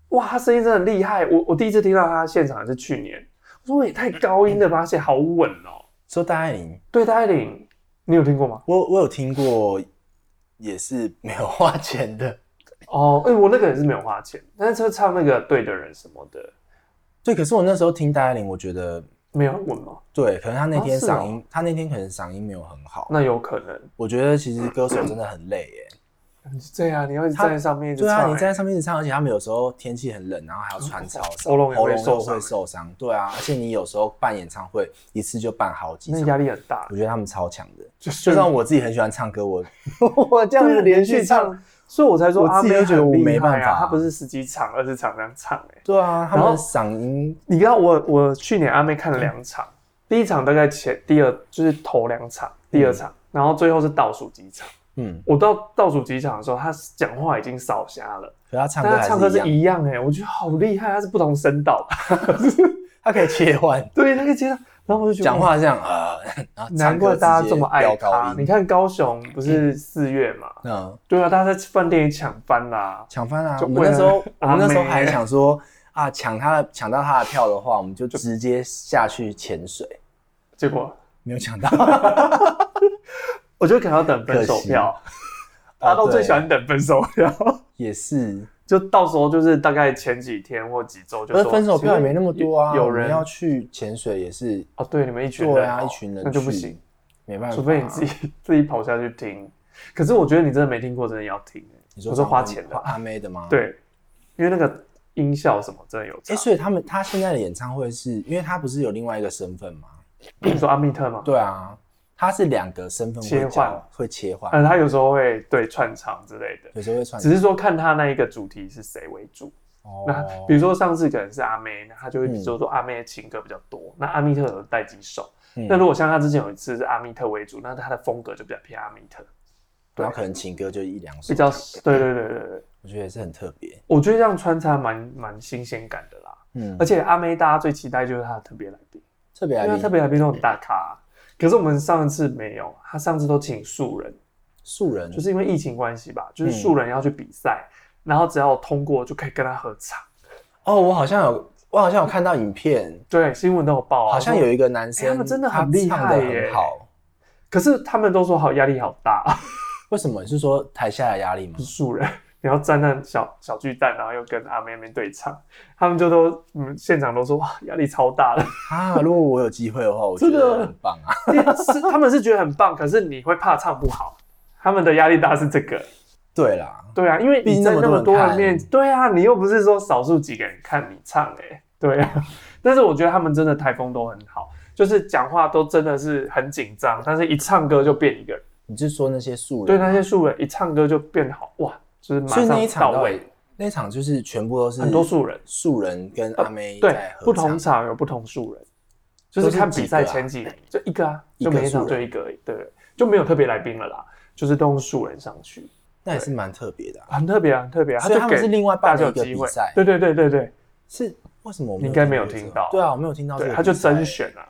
[SPEAKER 2] 哇，他声音真的很厉害，我我第一次听到他现场是去年，我说也太高音了吧，而且好稳哦。
[SPEAKER 1] 说戴爱玲，
[SPEAKER 2] 对，戴琳，你有听过吗？
[SPEAKER 1] 我我有听过，也是没有花钱的。
[SPEAKER 2] 哦，哎，我那个也是没有花钱，但是他唱那个对的人什么的，
[SPEAKER 1] 对，可是我那时候听戴爱玲，我觉得
[SPEAKER 2] 没有很稳吗？
[SPEAKER 1] 对，可能她那天
[SPEAKER 2] 啊是哦
[SPEAKER 1] 嗓音，她那天可能嗓音没有很好。
[SPEAKER 2] 那有可能。
[SPEAKER 1] 我觉得其实歌手真的很累耶。
[SPEAKER 2] 对啊，你要一直站在上面一直
[SPEAKER 1] 对
[SPEAKER 2] 唱、
[SPEAKER 1] 啊，你
[SPEAKER 2] 哎
[SPEAKER 1] 站在上面一直唱，而且他们有时候天气很冷，然后还要穿超少，
[SPEAKER 2] 喉咙也
[SPEAKER 1] 喉
[SPEAKER 2] 哦会
[SPEAKER 1] 咙
[SPEAKER 2] 受
[SPEAKER 1] 又
[SPEAKER 2] 伤
[SPEAKER 1] 会受伤。对啊，而且你有时候办演唱会一次就办好几
[SPEAKER 2] 那
[SPEAKER 1] 场，
[SPEAKER 2] 压力很大
[SPEAKER 1] 我，觉得他们超强的。
[SPEAKER 2] 就是
[SPEAKER 1] 就算我自己很喜欢唱歌，我 我这样子连续唱，，
[SPEAKER 2] 所以我才说
[SPEAKER 1] 我
[SPEAKER 2] 阿
[SPEAKER 1] 自己
[SPEAKER 2] 妹
[SPEAKER 1] 都觉得我
[SPEAKER 2] 很厉
[SPEAKER 1] 没办
[SPEAKER 2] 害啊
[SPEAKER 1] 法
[SPEAKER 2] 她不是十几场、二十场这样唱哎、
[SPEAKER 1] 对啊，他们
[SPEAKER 2] 然后
[SPEAKER 1] 的嗓音
[SPEAKER 2] 你知道我我去年阿妹看了
[SPEAKER 1] 嗯
[SPEAKER 2] 两场，第一场大概前第二就是头两场，第二场，然后最后是倒数几场。
[SPEAKER 1] 嗯，
[SPEAKER 2] 我到倒数几场的时候，她讲话已经少瞎了，
[SPEAKER 1] 可他唱
[SPEAKER 2] 但
[SPEAKER 1] 歌
[SPEAKER 2] 她
[SPEAKER 1] 还
[SPEAKER 2] 唱歌
[SPEAKER 1] 是一
[SPEAKER 2] 是
[SPEAKER 1] 样，
[SPEAKER 2] 一样哎、我觉得好厉害，她是不同声道，
[SPEAKER 1] 他可以切换
[SPEAKER 2] 对那个阶段，然 后我就觉得
[SPEAKER 1] 讲。话这样啊， 然后
[SPEAKER 2] 难
[SPEAKER 1] 唱
[SPEAKER 2] 怪
[SPEAKER 1] 歌直接
[SPEAKER 2] 大家这么爱
[SPEAKER 1] 飙高
[SPEAKER 2] 她。你
[SPEAKER 1] 音，
[SPEAKER 2] 看高雄不是四月嘛？
[SPEAKER 1] 嗯，
[SPEAKER 2] 对啊，大家在饭店里抢翻啦、
[SPEAKER 1] 抢翻啦！
[SPEAKER 2] 就
[SPEAKER 1] 我们那时候
[SPEAKER 2] 为了
[SPEAKER 1] 我们那时候
[SPEAKER 2] 阿妹
[SPEAKER 1] 还想说啊抢他的抢到他的票的话，我们就直接下去潜水，
[SPEAKER 2] 结果
[SPEAKER 1] 没有抢到，
[SPEAKER 2] 我就可能要等分手票，
[SPEAKER 1] 哦
[SPEAKER 2] 阿东最喜欢等分手票，
[SPEAKER 1] 也是，
[SPEAKER 2] 就到时候就是大概前几天或几周就
[SPEAKER 1] 可是
[SPEAKER 2] 说
[SPEAKER 1] 分手票也没那么多啊，
[SPEAKER 2] 有
[SPEAKER 1] 我们
[SPEAKER 2] 人
[SPEAKER 1] 要去潜水也是
[SPEAKER 2] 哦，对，你们一群人
[SPEAKER 1] 对啊，
[SPEAKER 2] 哦
[SPEAKER 1] 一群人
[SPEAKER 2] 那就不
[SPEAKER 1] 去
[SPEAKER 2] 行，，
[SPEAKER 1] 没办法，
[SPEAKER 2] 除非你自己自己跑下去听。可是我觉得你真的没听过，真的要听、欸
[SPEAKER 1] 你
[SPEAKER 2] 我
[SPEAKER 1] 说
[SPEAKER 2] 是
[SPEAKER 1] 是
[SPEAKER 2] 花钱的，
[SPEAKER 1] 阿妹的吗？。
[SPEAKER 2] 对，因为那个音效什么真的有差。
[SPEAKER 1] 哎、所以他们他现在的演唱会是因为他不是有另外一个身份吗？
[SPEAKER 2] 你说阿密特吗？
[SPEAKER 1] 对啊，他是两个身份会
[SPEAKER 2] 切换
[SPEAKER 1] 交会切换，
[SPEAKER 2] 嗯，他有时候会对串场之类的，
[SPEAKER 1] 有时候会穿
[SPEAKER 2] 只是说看他那一个主题是谁为主。那
[SPEAKER 1] 哦
[SPEAKER 2] 比如说上次可能是阿妹，那他就会
[SPEAKER 1] 嗯
[SPEAKER 2] 就说阿妹的情歌比较多，那阿密特有带几首。
[SPEAKER 1] 嗯
[SPEAKER 2] 那如果像他之前有一次是阿密特为主，那他的风格就比较偏阿密特，
[SPEAKER 1] 然后可能情歌就一两首
[SPEAKER 2] 比，较对对对对对。
[SPEAKER 1] 我觉得也是很特别。
[SPEAKER 2] 我觉得这样穿插蛮蛮新鲜感的啦。
[SPEAKER 1] 嗯
[SPEAKER 2] 而，且阿妹大家最期待就是她的特别来宾，
[SPEAKER 1] 特别来啊
[SPEAKER 2] 因为
[SPEAKER 1] 宾
[SPEAKER 2] 特别来宾都很大咖啊、可是我们上一次没有，他上次都请素人，
[SPEAKER 1] 素人，
[SPEAKER 2] 就是因为疫情关系吧，就是素
[SPEAKER 1] 嗯
[SPEAKER 2] 人要去比赛，然后只要通过就可以跟他合唱。
[SPEAKER 1] 哦，我好像有我好像有看到影片，
[SPEAKER 2] 对，新闻都有报啊，
[SPEAKER 1] 好像有一个男生、
[SPEAKER 2] 哎他们真的很
[SPEAKER 1] 他
[SPEAKER 2] 厉害
[SPEAKER 1] 唱得
[SPEAKER 2] 耶
[SPEAKER 1] 很好。
[SPEAKER 2] 可是他们都说好压力好大、啊，
[SPEAKER 1] 为什么？是说台下的压力吗？
[SPEAKER 2] 素人。 你要站在小小巨蛋，然后又跟阿妹妹对唱，他们就都嗯现场都说哇压力超大的，
[SPEAKER 1] 啊，如果我有机会的话，我觉
[SPEAKER 2] 真的
[SPEAKER 1] 得很棒啊。
[SPEAKER 2] 因为 是他们是觉得很棒，可是你会怕唱不好，他们的压力大是这个。
[SPEAKER 1] 对啦，
[SPEAKER 2] 对啊，因为
[SPEAKER 1] 毕
[SPEAKER 2] 你
[SPEAKER 1] 竟
[SPEAKER 2] 在
[SPEAKER 1] 那么
[SPEAKER 2] 那么
[SPEAKER 1] 多
[SPEAKER 2] 多
[SPEAKER 1] 人
[SPEAKER 2] 人面，
[SPEAKER 1] 看
[SPEAKER 2] 对啊，你又不是说少数几个人看你唱哎、对啊。 但是我觉得他们真的台风都很好，就是讲话都真的是很紧张，但是一唱歌就变一个人。
[SPEAKER 1] 你是说那些素人？
[SPEAKER 2] 对那些素人一唱歌就变好哇，就是马
[SPEAKER 1] 所以
[SPEAKER 2] 上
[SPEAKER 1] 那一场
[SPEAKER 2] 到
[SPEAKER 1] 到
[SPEAKER 2] 位
[SPEAKER 1] 底，，那一场就是全部都是
[SPEAKER 2] 很多素人，
[SPEAKER 1] 素人跟阿妹
[SPEAKER 2] 对
[SPEAKER 1] 在，合
[SPEAKER 2] 不
[SPEAKER 1] 唱
[SPEAKER 2] 同场有不同素人，就
[SPEAKER 1] 都
[SPEAKER 2] 是
[SPEAKER 1] 是
[SPEAKER 2] 看
[SPEAKER 1] 几
[SPEAKER 2] 比赛
[SPEAKER 1] 个啊
[SPEAKER 2] 前几名就一个啊，
[SPEAKER 1] 一
[SPEAKER 2] 就
[SPEAKER 1] 个
[SPEAKER 2] 每一场
[SPEAKER 1] 素
[SPEAKER 2] 就
[SPEAKER 1] 人
[SPEAKER 2] 一个而已，对，就没有特别来宾了啦，就是都用素人上去，
[SPEAKER 1] 那也是蛮特别的啊、
[SPEAKER 2] 很特别啊，很特别啊，
[SPEAKER 1] 所以
[SPEAKER 2] 就
[SPEAKER 1] 他们
[SPEAKER 2] 给
[SPEAKER 1] 是另外
[SPEAKER 2] 大
[SPEAKER 1] 办
[SPEAKER 2] 家
[SPEAKER 1] 了
[SPEAKER 2] 有
[SPEAKER 1] 一个
[SPEAKER 2] 机
[SPEAKER 1] 比
[SPEAKER 2] 会
[SPEAKER 1] 赛，，
[SPEAKER 2] 对对对对对。
[SPEAKER 1] 是为什么我
[SPEAKER 2] 你应该没有
[SPEAKER 1] 过这个
[SPEAKER 2] 听到
[SPEAKER 1] 对啊，我没有听到这
[SPEAKER 2] 对，
[SPEAKER 1] 个比赛，
[SPEAKER 2] 他就甄选啊，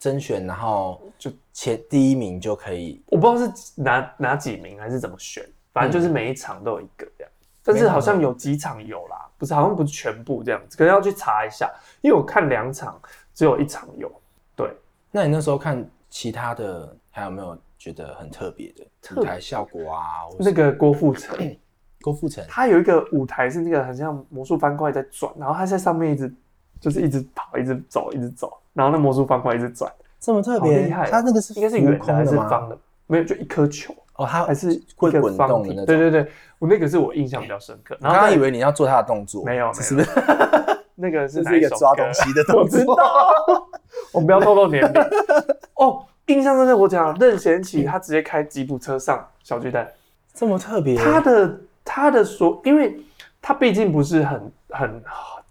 [SPEAKER 1] 甄选，然后
[SPEAKER 2] 就
[SPEAKER 1] 就前第一名就可以，
[SPEAKER 2] 我不知道是哪哪几名还是怎么选，反正
[SPEAKER 1] 嗯
[SPEAKER 2] 就是每一场都有一个这样。但是好像有几场有啦，不是好像不是全部这样子，可能要去查一下，因为我看两场只有一场有。对，
[SPEAKER 1] 那你那时候看其他的还有没有觉得很特别的
[SPEAKER 2] 别
[SPEAKER 1] 舞台效果啊？或
[SPEAKER 2] 那
[SPEAKER 1] 是
[SPEAKER 2] 个郭富城，
[SPEAKER 1] 郭富城
[SPEAKER 2] 他有一个舞台是那个很像魔术方块在转，然后他在上面一直就是一直跑，一直走，一直走，然后那魔术方块一直转，
[SPEAKER 1] 这么特
[SPEAKER 2] 好
[SPEAKER 1] 别
[SPEAKER 2] 厉害哦，
[SPEAKER 1] 他那个是
[SPEAKER 2] 应该是
[SPEAKER 1] 浮
[SPEAKER 2] 圆的
[SPEAKER 1] 空
[SPEAKER 2] 还是
[SPEAKER 1] 吗？
[SPEAKER 2] 方的？没有，就一颗球，
[SPEAKER 1] 哦，他
[SPEAKER 2] 还是
[SPEAKER 1] 会
[SPEAKER 2] 一个
[SPEAKER 1] 滚
[SPEAKER 2] 方
[SPEAKER 1] 动
[SPEAKER 2] 体
[SPEAKER 1] 的那种。
[SPEAKER 2] 对对对，我那个是我印象比较深刻。
[SPEAKER 1] 我
[SPEAKER 2] 然后
[SPEAKER 1] 刚
[SPEAKER 2] 再
[SPEAKER 1] 刚以为你要做他的动作，
[SPEAKER 2] 没有，
[SPEAKER 1] 这
[SPEAKER 2] 没
[SPEAKER 1] 是不
[SPEAKER 2] 有
[SPEAKER 1] 是？，
[SPEAKER 2] 那个是
[SPEAKER 1] 这
[SPEAKER 2] 哪
[SPEAKER 1] 是一个
[SPEAKER 2] 首
[SPEAKER 1] 抓
[SPEAKER 2] 歌
[SPEAKER 1] 东西的
[SPEAKER 2] 我
[SPEAKER 1] 动
[SPEAKER 2] 知
[SPEAKER 1] 作。
[SPEAKER 2] 道，我们不要透露年 龄。哦，印象深刻，我讲任贤齐，他直接开吉普车上小巨蛋，
[SPEAKER 1] 这么特别，
[SPEAKER 2] 他的他的所，因为他毕竟不是很很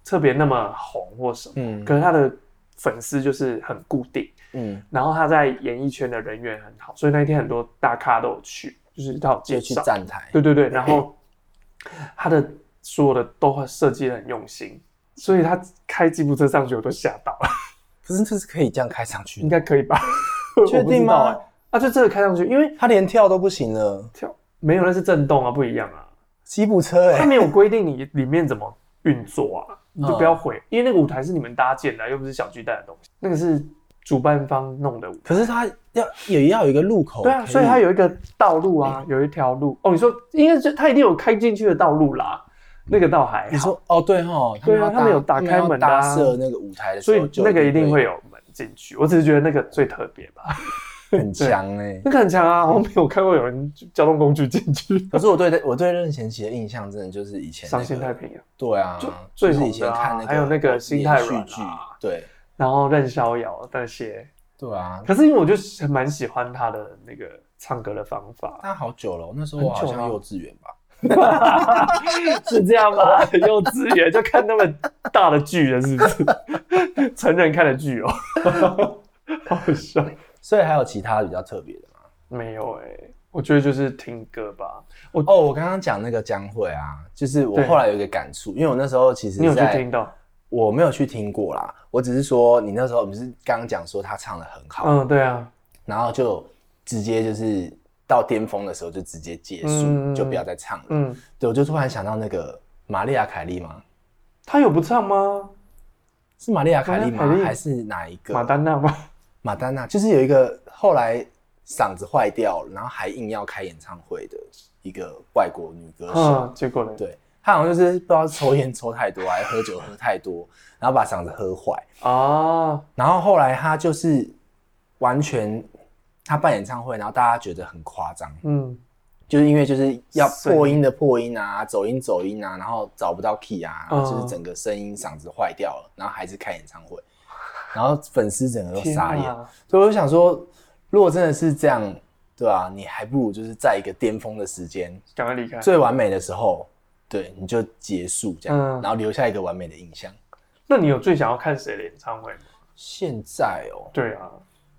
[SPEAKER 2] 特别那么红或什么，
[SPEAKER 1] 嗯
[SPEAKER 2] 可是他的粉丝就是很固定，
[SPEAKER 1] 嗯，
[SPEAKER 2] 然后他在演艺圈的人缘很好，所以那一天很多大咖都有去，就是他有
[SPEAKER 1] 就
[SPEAKER 2] 介
[SPEAKER 1] 去
[SPEAKER 2] 绍，
[SPEAKER 1] 站台，
[SPEAKER 2] 对对对，然后他的所有的都会设计的很用心，所以他开吉普车上去我都吓到 了，
[SPEAKER 1] 可是这是可以这样开上去
[SPEAKER 2] 应
[SPEAKER 1] 的，
[SPEAKER 2] 该可以吧？
[SPEAKER 1] 确
[SPEAKER 2] 我不知
[SPEAKER 1] 定
[SPEAKER 2] 道
[SPEAKER 1] 吗
[SPEAKER 2] 欸？啊，就这个开上去，因为
[SPEAKER 1] 他连跳都不行了，
[SPEAKER 2] 跳没有那是震动啊，不一样 啊，
[SPEAKER 1] 吉普车哎、
[SPEAKER 2] 他没有规定你里面怎么运作啊，
[SPEAKER 1] 嗯
[SPEAKER 2] 你就不要毁，因为那个舞台是你们搭建的啊，又不是小巨蛋的东西，那个是主办方弄的舞台。
[SPEAKER 1] 可是他要也要有一个路口，
[SPEAKER 2] 对啊，
[SPEAKER 1] 可
[SPEAKER 2] 所以它有一个道路啊，有一条路哦。你说，因为这它一定有开进去的道路啦，那个倒还
[SPEAKER 1] 你
[SPEAKER 2] 好，
[SPEAKER 1] 说哦对哈，
[SPEAKER 2] 对啊
[SPEAKER 1] 要搭
[SPEAKER 2] 他们有打开门的啊
[SPEAKER 1] 他们要搭设那个舞台的时
[SPEAKER 2] 所
[SPEAKER 1] 候，
[SPEAKER 2] 以那个一定会
[SPEAKER 1] 有
[SPEAKER 2] 有门进去。我只是觉得那个最特别吧，
[SPEAKER 1] 很强哎、
[SPEAKER 2] 那个很强啊，我没有看过有人交通工具进去。
[SPEAKER 1] 可是我对我对任贤齐的印象真的就是以前、那
[SPEAKER 2] 伤
[SPEAKER 1] 个、
[SPEAKER 2] 心太平洋，
[SPEAKER 1] 对啊，
[SPEAKER 2] 就
[SPEAKER 1] 就
[SPEAKER 2] 最
[SPEAKER 1] 是
[SPEAKER 2] 红
[SPEAKER 1] 以前
[SPEAKER 2] 的啊
[SPEAKER 1] 看那个
[SPEAKER 2] 还有那个心太软
[SPEAKER 1] 连
[SPEAKER 2] 啊
[SPEAKER 1] 续剧，对
[SPEAKER 2] 然后任逍遥那些，
[SPEAKER 1] 对啊，
[SPEAKER 2] 可是因为我就是蛮喜欢他的那个唱歌的方法，
[SPEAKER 1] 但好久了，那时候我好
[SPEAKER 2] 很久
[SPEAKER 1] 像
[SPEAKER 2] 了
[SPEAKER 1] 幼稚园吧，
[SPEAKER 2] 是这样吗？幼稚园就看那么大的剧了，是不是？ 成人看的剧哦，好笑。
[SPEAKER 1] 所以还有其他比较特别的吗？
[SPEAKER 2] 没有哎、我觉得就是听歌吧。我、
[SPEAKER 1] 哦，我刚刚讲那个江蕙啊，就是我
[SPEAKER 2] 对
[SPEAKER 1] 后来有一个感触，因为我那时候其实
[SPEAKER 2] 你有去
[SPEAKER 1] 在
[SPEAKER 2] 听到？
[SPEAKER 1] 我没有去听过啦，我只是说你那时候不是刚刚讲说他唱的很好，
[SPEAKER 2] 嗯，对啊，
[SPEAKER 1] 然后就直接就是到巅峰的时候就直接结束，
[SPEAKER 2] 嗯
[SPEAKER 1] 就不要再唱了。
[SPEAKER 2] 嗯，
[SPEAKER 1] 对，我就突然想到那个玛丽亚凯莉嘛，
[SPEAKER 2] 他有不唱吗？
[SPEAKER 1] 是玛丽亚·凯莉
[SPEAKER 2] 玛丽亚
[SPEAKER 1] 吗
[SPEAKER 2] 凯？莉
[SPEAKER 1] 还是哪一个？
[SPEAKER 2] 马丹娜吗？
[SPEAKER 1] 马丹娜，就是有一个后来嗓子坏掉了，然后还硬要开演唱会的一个外国女歌手。
[SPEAKER 2] 嗯，结果呢？
[SPEAKER 1] 对，她好像就是不知道是抽烟抽太多，还是喝酒喝太多，然后把嗓子喝坏。
[SPEAKER 2] 啊，
[SPEAKER 1] 然后后来她就是完全，她办演唱会，然后大家觉得很夸张，
[SPEAKER 2] 嗯，
[SPEAKER 1] 就是因为就是要
[SPEAKER 2] 声音
[SPEAKER 1] 破音的破音啊，走音走音啊，然后找不到 key 啊，
[SPEAKER 2] 嗯
[SPEAKER 1] 就是整个声音嗓子坏掉了，然后还是开演唱会，然后粉丝整个都
[SPEAKER 2] 天
[SPEAKER 1] 傻眼。
[SPEAKER 2] 哪，
[SPEAKER 1] 所以我就想说，如果真的是这样，对吧、你还不如就是在一个巅峰的时间，
[SPEAKER 2] 赶快离开。
[SPEAKER 1] 最完美的时候，对，你就结束这样，
[SPEAKER 2] 嗯
[SPEAKER 1] 然后留下一个完美的印象。
[SPEAKER 2] 那你有最想要看谁的演唱会吗？
[SPEAKER 1] 现在哦，
[SPEAKER 2] 对啊，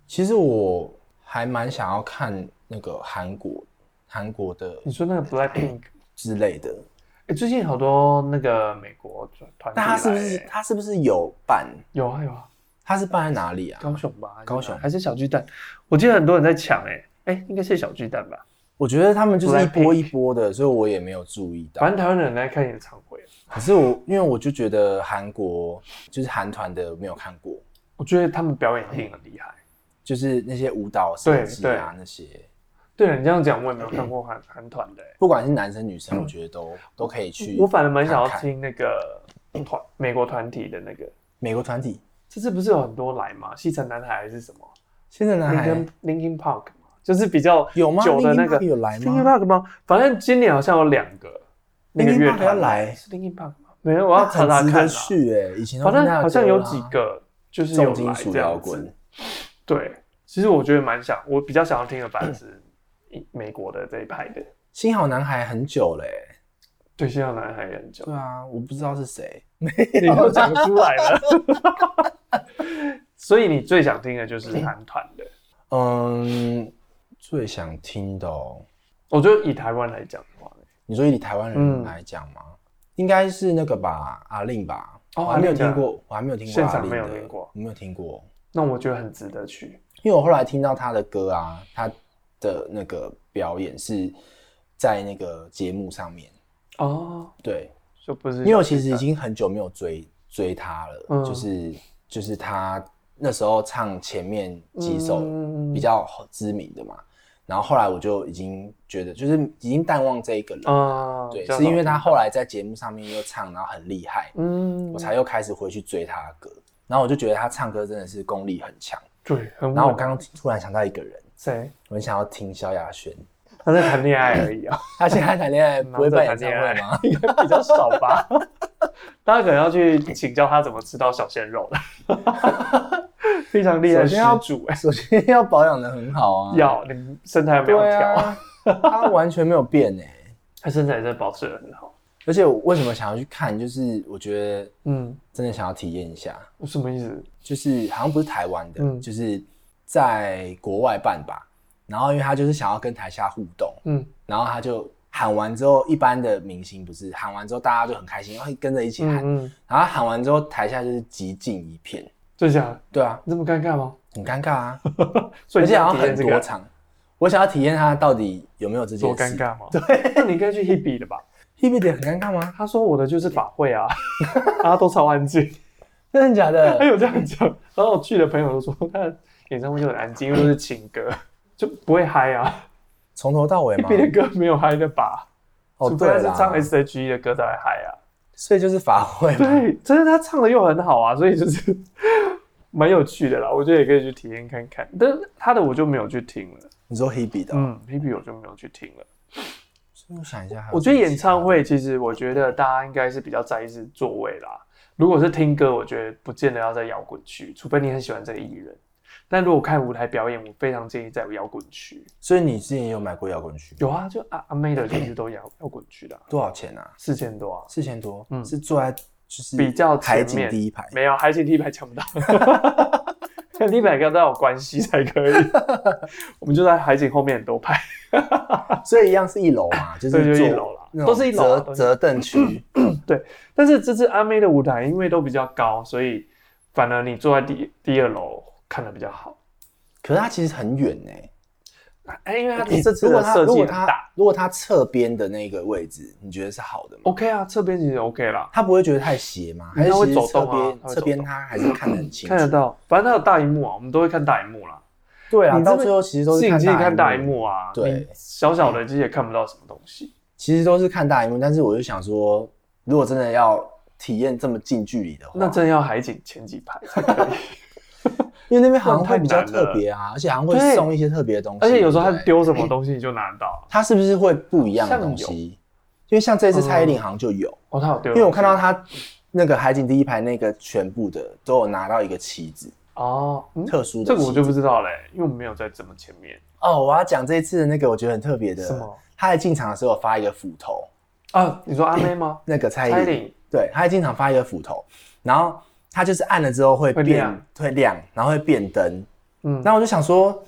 [SPEAKER 1] 其实我还蛮想要看那个韩国、韩国的
[SPEAKER 2] 你说那个 Blackpink，
[SPEAKER 1] 之类的，
[SPEAKER 2] 哎，最近好多那个美国团体
[SPEAKER 1] 那
[SPEAKER 2] 来
[SPEAKER 1] 他是不是
[SPEAKER 2] 欸
[SPEAKER 1] 他是不是有办？
[SPEAKER 2] 有啊有啊？
[SPEAKER 1] 他是办在哪里啊？
[SPEAKER 2] 高雄吧，
[SPEAKER 1] 高雄
[SPEAKER 2] 还是小巨蛋？我记得很多人在抢，哎哎，应该是小巨蛋吧？
[SPEAKER 1] 我觉得他们就是一
[SPEAKER 2] Blackpink
[SPEAKER 1] 波一波的，所以我也没有注意到
[SPEAKER 2] 哎反。正台湾人来看演唱会，
[SPEAKER 1] 可是我因为我就觉得韩国就是韩团的没有看过，
[SPEAKER 2] 我觉得他们表演一定很厉害。
[SPEAKER 1] 就是那些舞蹈设计
[SPEAKER 2] 对对
[SPEAKER 1] 啊，那些
[SPEAKER 2] 对你这样讲，我也
[SPEAKER 1] 嗯
[SPEAKER 2] 没有看过韩韩团的欸，
[SPEAKER 1] 不管是男生女生，我觉得都都可以去。
[SPEAKER 2] 我反而蛮想要
[SPEAKER 1] 看看
[SPEAKER 2] 听那个团美国团体的那个，
[SPEAKER 1] 美国团体，
[SPEAKER 2] 这次不是有很多来吗？西城男孩还是什么
[SPEAKER 1] 现在男孩
[SPEAKER 2] ？Linkin Linkin Park 嘛，就是比较
[SPEAKER 1] 有吗
[SPEAKER 2] 久的那个
[SPEAKER 1] Linkin Park 有来吗
[SPEAKER 2] Linkin Park 吗？反正今年好像有两个那个
[SPEAKER 1] Linkin
[SPEAKER 2] 乐
[SPEAKER 1] Park
[SPEAKER 2] 团
[SPEAKER 1] 要来
[SPEAKER 2] 是 Linkin Park 吗？没有，我要查查
[SPEAKER 1] 很值
[SPEAKER 2] 看
[SPEAKER 1] 得
[SPEAKER 2] 啊。
[SPEAKER 1] 去哎，以前都
[SPEAKER 2] 反正
[SPEAKER 1] 听他的
[SPEAKER 2] 好像
[SPEAKER 1] 歌
[SPEAKER 2] 有
[SPEAKER 1] 啦
[SPEAKER 2] 几个就是有
[SPEAKER 1] 重
[SPEAKER 2] 来
[SPEAKER 1] 金属
[SPEAKER 2] 这
[SPEAKER 1] 摇
[SPEAKER 2] 样子
[SPEAKER 1] 滚。，
[SPEAKER 2] 对，其实我觉得蛮想，我比较想要听的反 而是美国的这一派的。
[SPEAKER 1] 新好男孩很久哎嘞。
[SPEAKER 2] 对，现在男孩也很久
[SPEAKER 1] 对，啊，我不知道是谁，
[SPEAKER 2] 你都讲出来 了。所以你最想听的就是韩团的。
[SPEAKER 1] 嗯，最想听的哦，
[SPEAKER 2] 我觉得以台湾来讲的话，
[SPEAKER 1] 你说以台湾
[SPEAKER 2] 嗯
[SPEAKER 1] 人来讲吗？应该是那个吧，阿令吧，
[SPEAKER 2] 哦
[SPEAKER 1] 我还没有
[SPEAKER 2] 阿令的
[SPEAKER 1] 听过，我还没有听过
[SPEAKER 2] 现
[SPEAKER 1] 阿
[SPEAKER 2] 场
[SPEAKER 1] 令
[SPEAKER 2] 没有
[SPEAKER 1] 的
[SPEAKER 2] 听过
[SPEAKER 1] 我没有听过。
[SPEAKER 2] 那我觉得很值得去。
[SPEAKER 1] 因为我后来听到他的歌啊，他的那个表演是在那个节目上面。
[SPEAKER 2] 哦，
[SPEAKER 1] 对，
[SPEAKER 2] 就不是
[SPEAKER 1] 因为我其实已经很久没有追追他了，
[SPEAKER 2] 嗯
[SPEAKER 1] 就是就是他那时候唱前面几首
[SPEAKER 2] 嗯
[SPEAKER 1] 比较知名的嘛，然后后来我就已经觉得就是已经淡忘这一个人。
[SPEAKER 2] 啊，
[SPEAKER 1] 对
[SPEAKER 2] 比，较少
[SPEAKER 1] 是因为他后来在节目上面又唱，然后很厉害，
[SPEAKER 2] 嗯
[SPEAKER 1] 我，才又开始回去追他的歌。然后我就觉得他唱歌真的是功力很强。
[SPEAKER 2] 对，很
[SPEAKER 1] 然后我
[SPEAKER 2] 稳。
[SPEAKER 1] 刚刚突然想到一个人，
[SPEAKER 2] 谁？
[SPEAKER 1] 我很想要听萧亚轩，
[SPEAKER 2] 他在谈恋爱而 已啊，
[SPEAKER 1] 嗯他现在谈恋爱不会办演唱会 吗？
[SPEAKER 2] 应该比较少吧。大家可能要去请教他怎么吃到小鲜肉了， 非常厉害，
[SPEAKER 1] 首先要
[SPEAKER 2] 煮哎，
[SPEAKER 1] 首先要保养的很好啊，
[SPEAKER 2] 要你身材没有
[SPEAKER 1] 对
[SPEAKER 2] 调，
[SPEAKER 1] 啊， 他完全没有变哎、
[SPEAKER 2] 他身材真的保持的很好。
[SPEAKER 1] 而且我为什么想要去看，就是我觉得
[SPEAKER 2] 嗯，
[SPEAKER 1] 真的想要体验一下，
[SPEAKER 2] 什么意思？
[SPEAKER 1] 就是好像不是台湾的，
[SPEAKER 2] 嗯
[SPEAKER 1] 就是在国外办吧。然后因为他就是想要跟台下互动，
[SPEAKER 2] 嗯，
[SPEAKER 1] 然后他就喊完之后，一般的明星不是喊完之后大家就很开心，会跟着一起喊，
[SPEAKER 2] 嗯嗯，
[SPEAKER 1] 然后喊完之后台下就是寂静一片，
[SPEAKER 2] 就这样，
[SPEAKER 1] 对啊，
[SPEAKER 2] 你这么尴尬吗？
[SPEAKER 1] 很尴尬 啊。
[SPEAKER 2] 所以
[SPEAKER 1] 而
[SPEAKER 2] 你
[SPEAKER 1] 且好
[SPEAKER 2] 想
[SPEAKER 1] 像
[SPEAKER 2] 体验
[SPEAKER 1] 很
[SPEAKER 2] 这
[SPEAKER 1] 多
[SPEAKER 2] 个
[SPEAKER 1] 场，我想要体验他到底有没有这件
[SPEAKER 2] 多
[SPEAKER 1] 事。
[SPEAKER 2] 尴尬吗？对， 那你应该去 Hebe 的吧？
[SPEAKER 1] ，Hebe 的很尴尬吗？
[SPEAKER 2] 他说我的就是法 会啊，大家都超安静。
[SPEAKER 1] 真的假
[SPEAKER 2] 他
[SPEAKER 1] 的？
[SPEAKER 2] 有这样讲，然后我去的朋友都说他的演唱会就很安静，因为都是情歌，就不会嗨啊。
[SPEAKER 1] 从头到尾吗
[SPEAKER 2] Hebe？的歌没有嗨的吧？
[SPEAKER 1] 哦，
[SPEAKER 2] 除非
[SPEAKER 1] 对
[SPEAKER 2] 他是唱
[SPEAKER 1] 啦，
[SPEAKER 2] S.H.E 的歌才会嗨啊。
[SPEAKER 1] 所以就是法会嘛。
[SPEAKER 2] 对，真的他唱的又很好啊，所以就是 蛮有趣的啦。我觉得也可以去体验看看，但是他的我就没有去听了。
[SPEAKER 1] 你说 Hebe 的哦，
[SPEAKER 2] 嗯，Hebe 我就没有去听了。
[SPEAKER 1] 所以我想一下还有什么其他，
[SPEAKER 2] 我觉得演唱会其实，我觉得大家应该是比较在意是座位啦。如果是听歌，我觉得不见得要在摇滚区，除非你很喜欢这个艺人。但如果看舞台表演，我非常建议在摇滚区。
[SPEAKER 1] 所以你之前也有买过摇滚区？
[SPEAKER 2] 有啊，就阿阿妹的其实都摇摇滚区的啊、
[SPEAKER 1] 多少钱啊？
[SPEAKER 2] 四千多啊，
[SPEAKER 1] 四千多，
[SPEAKER 2] 嗯
[SPEAKER 1] 是坐在就是
[SPEAKER 2] 比较前
[SPEAKER 1] 海景
[SPEAKER 2] 面
[SPEAKER 1] 第一排。
[SPEAKER 2] 没有，还请 T 牌抢不到， 跟 T 牌跟他有关系才可以。 我们就在海景后面很多排，
[SPEAKER 1] 所以一样是一楼 嘛，就是
[SPEAKER 2] 对就
[SPEAKER 1] 坐
[SPEAKER 2] 一楼啦
[SPEAKER 1] 那种
[SPEAKER 2] 都是一楼啊
[SPEAKER 1] 折
[SPEAKER 2] 都是
[SPEAKER 1] 折凳区。
[SPEAKER 2] 但是这次阿妹的舞台因为都比较高，所以反而你坐在第第二楼看的比较好。
[SPEAKER 1] 可是它其实很远呢，
[SPEAKER 2] 哎、因为他这次
[SPEAKER 1] 如果
[SPEAKER 2] 的
[SPEAKER 1] 他
[SPEAKER 2] 设
[SPEAKER 1] 如
[SPEAKER 2] 计
[SPEAKER 1] 果
[SPEAKER 2] 很大
[SPEAKER 1] 他如果他侧边的那个位置，你觉得是好的吗？
[SPEAKER 2] ，OK 啊，侧边其实 OK 啦，
[SPEAKER 1] 他不会觉得太斜吗？
[SPEAKER 2] 嗯
[SPEAKER 1] 还是
[SPEAKER 2] 他会
[SPEAKER 1] 其实
[SPEAKER 2] 走
[SPEAKER 1] 侧
[SPEAKER 2] 动啊
[SPEAKER 1] 边
[SPEAKER 2] 他会
[SPEAKER 1] 侧边
[SPEAKER 2] 走动
[SPEAKER 1] 他还是看得很清楚？
[SPEAKER 2] 看得。到，反正它有大荧幕啊，我们都会看大荧幕啦。
[SPEAKER 1] 对啊，
[SPEAKER 2] 你这
[SPEAKER 1] 到
[SPEAKER 2] 边
[SPEAKER 1] 最后其实都是
[SPEAKER 2] 摄影机看大荧
[SPEAKER 1] 幕。
[SPEAKER 2] 幕啊，
[SPEAKER 1] 对
[SPEAKER 2] 你小小的机也看不到什么东西。
[SPEAKER 1] 其实都是看大荧幕，但是我就想说，如果真的要体验这么近距离的话，
[SPEAKER 2] 那真要海景前几排才可以，
[SPEAKER 1] 因为那边好像会比较
[SPEAKER 2] 那太难了
[SPEAKER 1] 特别啊，而且好像会
[SPEAKER 2] 对
[SPEAKER 1] 送一些特别的东西，
[SPEAKER 2] 而且有时候
[SPEAKER 1] 对
[SPEAKER 2] 他
[SPEAKER 1] 不对
[SPEAKER 2] 丢什么东西你就拿得到啊。
[SPEAKER 1] 它是不是会不一样的东
[SPEAKER 2] 像
[SPEAKER 1] 西？因为像这次蔡依林好像就有，
[SPEAKER 2] 哦，他有丢，
[SPEAKER 1] 因为我看到她那个海景第一排那个全部的都有拿到一个旗子，
[SPEAKER 2] 哦，嗯，
[SPEAKER 1] 特殊的
[SPEAKER 2] 这个
[SPEAKER 1] 旗
[SPEAKER 2] 我
[SPEAKER 1] 子。
[SPEAKER 2] 就不知道嘞，因为我们没有在这么前面。
[SPEAKER 1] 哦，我要讲这一次的那个我觉得很特别
[SPEAKER 2] 什
[SPEAKER 1] 的
[SPEAKER 2] 么，
[SPEAKER 1] 她在进场的时候有发一个斧头，
[SPEAKER 2] 啊，你说阿妹吗？
[SPEAKER 1] 那个蔡依
[SPEAKER 2] 蔡依
[SPEAKER 1] 林，
[SPEAKER 2] 林，
[SPEAKER 1] 对，她在进场发一个斧头，然后她就是按了之后会
[SPEAKER 2] 会
[SPEAKER 1] 变
[SPEAKER 2] 亮
[SPEAKER 1] 会亮然后会变灯，
[SPEAKER 2] 嗯，
[SPEAKER 1] 那我就想说，